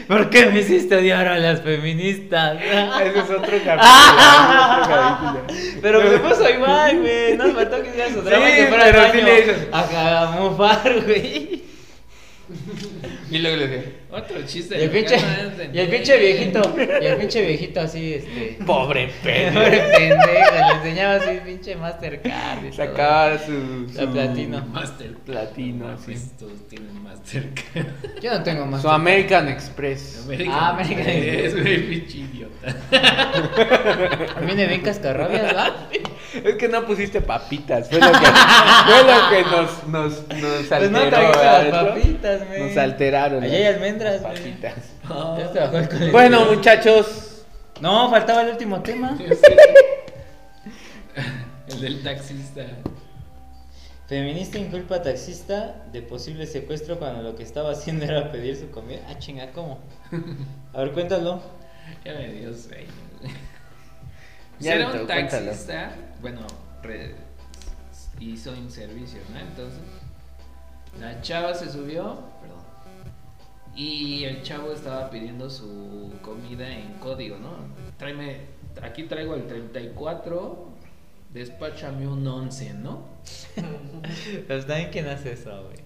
Speaker 1: ¿Por qué me hiciste odiar a las feministas?
Speaker 3: Ese es otro capítulo. ese es otro capítulo.
Speaker 1: Pero se puso igual, güey. No faltó que hiciera su drama y
Speaker 3: Sí,
Speaker 1: se fuera
Speaker 3: pero
Speaker 1: al
Speaker 3: sí
Speaker 1: baño
Speaker 3: le hizo.
Speaker 1: a camufar, güey.
Speaker 3: Y luego le decía,
Speaker 2: Otro chiste.
Speaker 1: Y el
Speaker 2: de
Speaker 1: pinche,
Speaker 2: Ricardo Hansen.
Speaker 1: y el pinche viejito, y el pinche viejito así, este...
Speaker 3: pobre pendejo.
Speaker 1: Pobre pendejo, le enseñaba así pinche Mastercard. y todo.
Speaker 3: Sacaba su,
Speaker 1: La
Speaker 3: su-
Speaker 1: platino.
Speaker 2: Master.
Speaker 3: Platino,
Speaker 2: Ah,
Speaker 3: sí.
Speaker 2: pues, Todos tienen Mastercard.
Speaker 1: Yo no tengo más.
Speaker 3: Su American Express.
Speaker 1: Ah, American Express. Este-
Speaker 2: Es güey, pinche idiota.
Speaker 1: Viene bien cascarrabias, ¿va?
Speaker 3: Es que no pusiste papitas, fue lo que, fue lo que nos, nos, nos
Speaker 1: Pues no
Speaker 3: alteró,
Speaker 1: trajiste
Speaker 3: ¿verdad,
Speaker 1: las
Speaker 3: Beto?
Speaker 1: papitas, güey.
Speaker 3: Nos alteraron.
Speaker 1: Allá
Speaker 3: las
Speaker 1: hay almendras, güey.
Speaker 3: Papitas.
Speaker 1: Ya se bajó el colegio.
Speaker 3: Bueno, muchachos.
Speaker 1: No, faltaba el último tema.
Speaker 2: El del taxista.
Speaker 1: Feminista inculpa a taxista de posible secuestro cuando lo que estaba haciendo era pedir su comida. Ah, chinga, ¿cómo? A ver, cuéntalo.
Speaker 2: Ya me dio sueño.
Speaker 3: Ya,
Speaker 2: Será un
Speaker 3: Beto, cuéntalo.
Speaker 2: taxista. Bueno, re- hizo un servicio, ¿no? Entonces, la chava se subió. Perdón. Y el chavo estaba pidiendo su comida en código, ¿no? Tráeme, aquí traigo el 34, despáchame un 11, ¿no?
Speaker 1: Pero saben quién hace eso, güey.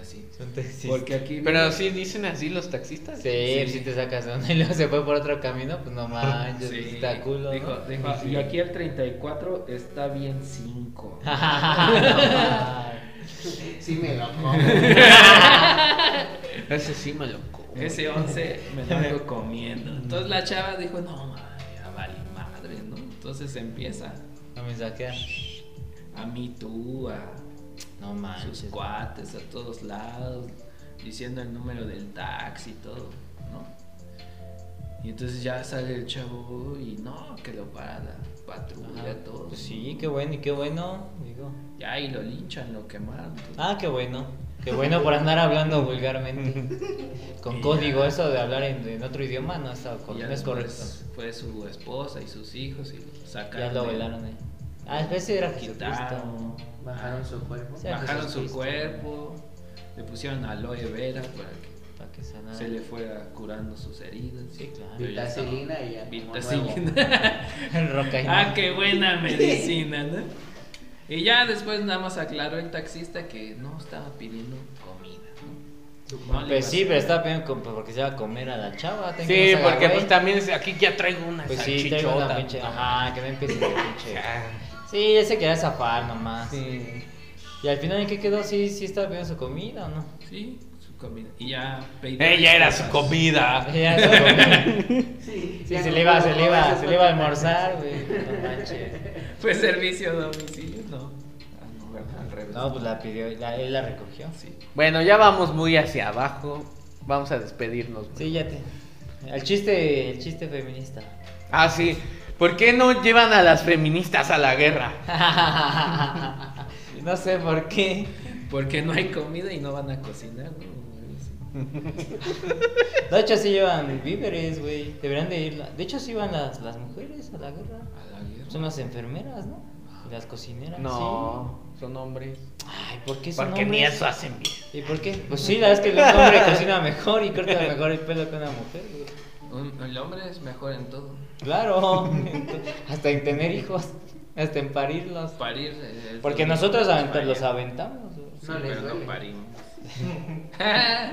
Speaker 2: así.
Speaker 1: Son taxistas.
Speaker 2: Porque aquí.
Speaker 3: Pero
Speaker 2: viene-
Speaker 3: sí dicen así los taxistas.
Speaker 1: Sí, si te sacas de onda y luego se fue por otro camino, pues no manches,
Speaker 2: Sí.
Speaker 1: está culo. ¿no?
Speaker 2: Dijo, dijo,
Speaker 1: Sí.
Speaker 2: y aquí el 34 está bien 5.
Speaker 4: Sí me lo como.
Speaker 3: Ese sí me lo como.
Speaker 2: Ese 11 me lo ando comiendo. Entonces la chava dijo, no, ma, ya vale madre, ¿no? Entonces empieza
Speaker 1: No me saquean.
Speaker 2: a mí tú, a
Speaker 1: No
Speaker 2: a sus
Speaker 1: manches.
Speaker 2: cuates a todos lados, diciendo el número del taxi y todo, ¿no? Y entonces ya sale el chavo y no, que lo para la patrulla,
Speaker 1: Ajá.
Speaker 2: todo.
Speaker 1: Pues sí, qué bueno y qué bueno. Digo.
Speaker 2: Ya, y lo linchan, lo quemaron. todo.
Speaker 1: Ah, qué bueno. Qué bueno por andar hablando vulgarmente. Con
Speaker 2: Y
Speaker 1: código,
Speaker 2: ya.
Speaker 1: eso de hablar en, en otro idioma no, está,
Speaker 2: Y ya
Speaker 1: no es correcto.
Speaker 2: después Fue su esposa y sus hijos y lo sacaron.
Speaker 1: Ya lo
Speaker 2: de-
Speaker 1: velaron ahí. Ah, a veces era Jesucristo.
Speaker 2: Quitaron.
Speaker 4: Bajaron su cuerpo.
Speaker 1: Sí. pues, Sea
Speaker 2: Bajaron su
Speaker 1: Jesucristo.
Speaker 2: cuerpo, le pusieron aloe vera para que
Speaker 1: Para que sanara.
Speaker 2: se le fuera curando sus heridas.
Speaker 1: Ah. Sí, claro.
Speaker 2: Pero ya estaba-
Speaker 4: Vitacilina y ya. como nuevo.
Speaker 2: Vitacilina.
Speaker 1: Rocaína.
Speaker 2: ah, qué buena medicina, ¿no? Y ya después nada más aclaró el taxista que no estaba pidiendo comida, ¿no? No le
Speaker 1: Pues
Speaker 2: iba a
Speaker 1: sí,
Speaker 2: hacer-
Speaker 1: pero estaba pidiendo com- porque se iba a comer a la chava. tengo
Speaker 3: Sí,
Speaker 1: esa
Speaker 3: porque
Speaker 1: güey.
Speaker 3: pues también es- aquí ya traigo una
Speaker 1: Pues sí,
Speaker 3: salchichota.
Speaker 1: traigo una pinche. Ajá, que no empiece de pinche.
Speaker 3: Ah,
Speaker 1: Sí, ese quería zafar nomás.
Speaker 3: sí.
Speaker 1: Y al final, ¿en qué quedó? Sí, sí estaba pidiendo su comida o no.
Speaker 2: Sí, su comida. Y ya pidió
Speaker 3: Ella Eh, era su
Speaker 2: disculpas.
Speaker 3: comida.
Speaker 1: Ella su comida.
Speaker 4: Sí,
Speaker 1: Sí,
Speaker 4: ya
Speaker 1: se
Speaker 4: no
Speaker 1: le iba,
Speaker 4: puedo
Speaker 1: se le
Speaker 4: comer,
Speaker 1: iba,
Speaker 4: se
Speaker 1: se le
Speaker 4: fue
Speaker 1: iba a
Speaker 4: con la
Speaker 1: almorzar, güey. No manches.
Speaker 2: Fue servicio a domicilio, no. Ah, no, ¿verdad? Al revés.
Speaker 1: No, pues la pidió, la- él la recogió.
Speaker 2: Sí.
Speaker 3: Bueno, ya vamos muy hacia abajo. Vamos a despedirnos. güey.
Speaker 1: Sí, ya te. El chiste, el chiste feminista.
Speaker 3: Ah, sí. ¿Por qué no llevan a las feministas a la guerra?
Speaker 1: no sé por qué.
Speaker 2: Porque no hay comida y no van a cocinar, ¿no?
Speaker 1: De hecho, sí llevan víveres, güey. Deberían de ir. la- De hecho, sí iban las, las mujeres a la guerra.
Speaker 2: A la guerra.
Speaker 1: Son las enfermeras, ¿no? Y las cocineras.
Speaker 3: No, son hombres.
Speaker 1: sí. Ay, ¿por qué son
Speaker 3: Porque ni
Speaker 1: hombres?
Speaker 3: eso hacen bien.
Speaker 1: ¿Y por qué? Pues sí, la verdad es que el hombre cocina mejor y corta mejor el pelo que una mujer, güey.
Speaker 2: Un- el hombre es mejor en todo.
Speaker 1: Claro, hasta en tener hijos, hasta en parirlos.
Speaker 2: Parir. eh,
Speaker 1: Porque
Speaker 2: es-
Speaker 1: nosotros
Speaker 2: es
Speaker 1: avent- los
Speaker 2: falla.
Speaker 1: aventamos. güey.
Speaker 2: Sí,
Speaker 4: No les
Speaker 2: pero
Speaker 4: duele.
Speaker 2: no parimos.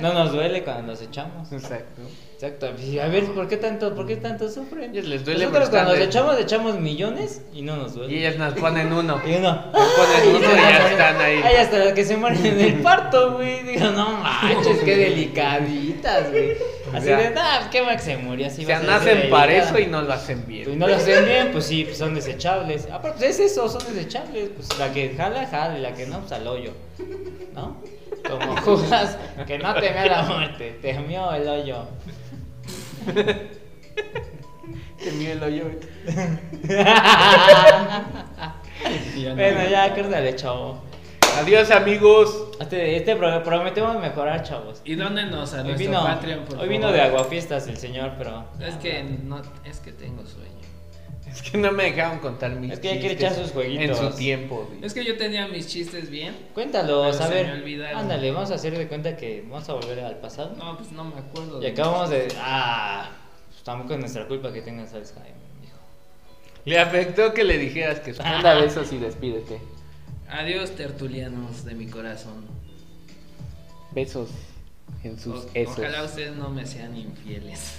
Speaker 1: No nos duele cuando los echamos.
Speaker 3: Exacto.
Speaker 1: Exacto. Y a ver, ¿por qué tanto, por qué tanto sufren?
Speaker 3: Ellos les duele
Speaker 1: Nosotros
Speaker 3: porque
Speaker 1: cuando los
Speaker 3: están
Speaker 1: echamos, echamos millones y no nos duele.
Speaker 3: Y ellas nos ponen uno.
Speaker 1: Y uno.
Speaker 3: Nos ponen uno y ya están
Speaker 1: Ay,
Speaker 3: ahí.
Speaker 1: hasta las que se mueren en el parto, güey. Digo, no manches, qué delicaditas, güey. Así
Speaker 3: Ya.
Speaker 1: de, nah, pues, qué mal que se murió así.
Speaker 3: O
Speaker 1: va
Speaker 3: sea,
Speaker 1: a ser
Speaker 3: nacen para
Speaker 1: delicada".
Speaker 3: eso y no lo hacen
Speaker 1: Y
Speaker 3: bien.
Speaker 1: no lo hacen bien, pues sí, pues son desechables. Ah, pero, pues es eso, son desechables. Pues la que jala, jala, y la que no, pues al hoyo. ¿No? Como jugas, que no teme la muerte, temió el hoyo. Este
Speaker 3: Te mide el hoyo.
Speaker 2: Y ya no-
Speaker 1: Bueno, ya, córtale, chavo.
Speaker 3: Adiós, amigos.
Speaker 1: Este, este pro- prometemos mejorar, chavos.
Speaker 2: Y dónenos a
Speaker 1: Hoy
Speaker 2: nuestro
Speaker 1: vino,
Speaker 2: Patreon, por
Speaker 1: hoy vino
Speaker 2: favor.
Speaker 1: de aguafiestas el señor, pero.
Speaker 2: Es que, no, es que tengo sueño.
Speaker 3: Es que no me dejaron contar mis
Speaker 1: Es que ya quiere
Speaker 3: chistes
Speaker 1: echar sus jueguitos.
Speaker 3: En su tiempo. güey.
Speaker 2: Es que yo tenía mis chistes bien.
Speaker 1: Cuéntalos,
Speaker 2: Pero
Speaker 1: a
Speaker 2: se me
Speaker 1: ver.
Speaker 2: olvidaron.
Speaker 1: Ándale, vamos a hacer de cuenta que vamos a volver al pasado.
Speaker 2: No, pues no me acuerdo.
Speaker 1: Y acabamos de. Ah, pues tampoco es nuestra culpa que tengas Alzheimer, hijo.
Speaker 3: Le afectó que le dijeras que su
Speaker 5: Manda besos y despídete.
Speaker 2: Adiós, tertulianos de mi corazón.
Speaker 5: Besos en sus
Speaker 2: O-
Speaker 5: esos.
Speaker 2: ojalá ustedes no me sean infieles.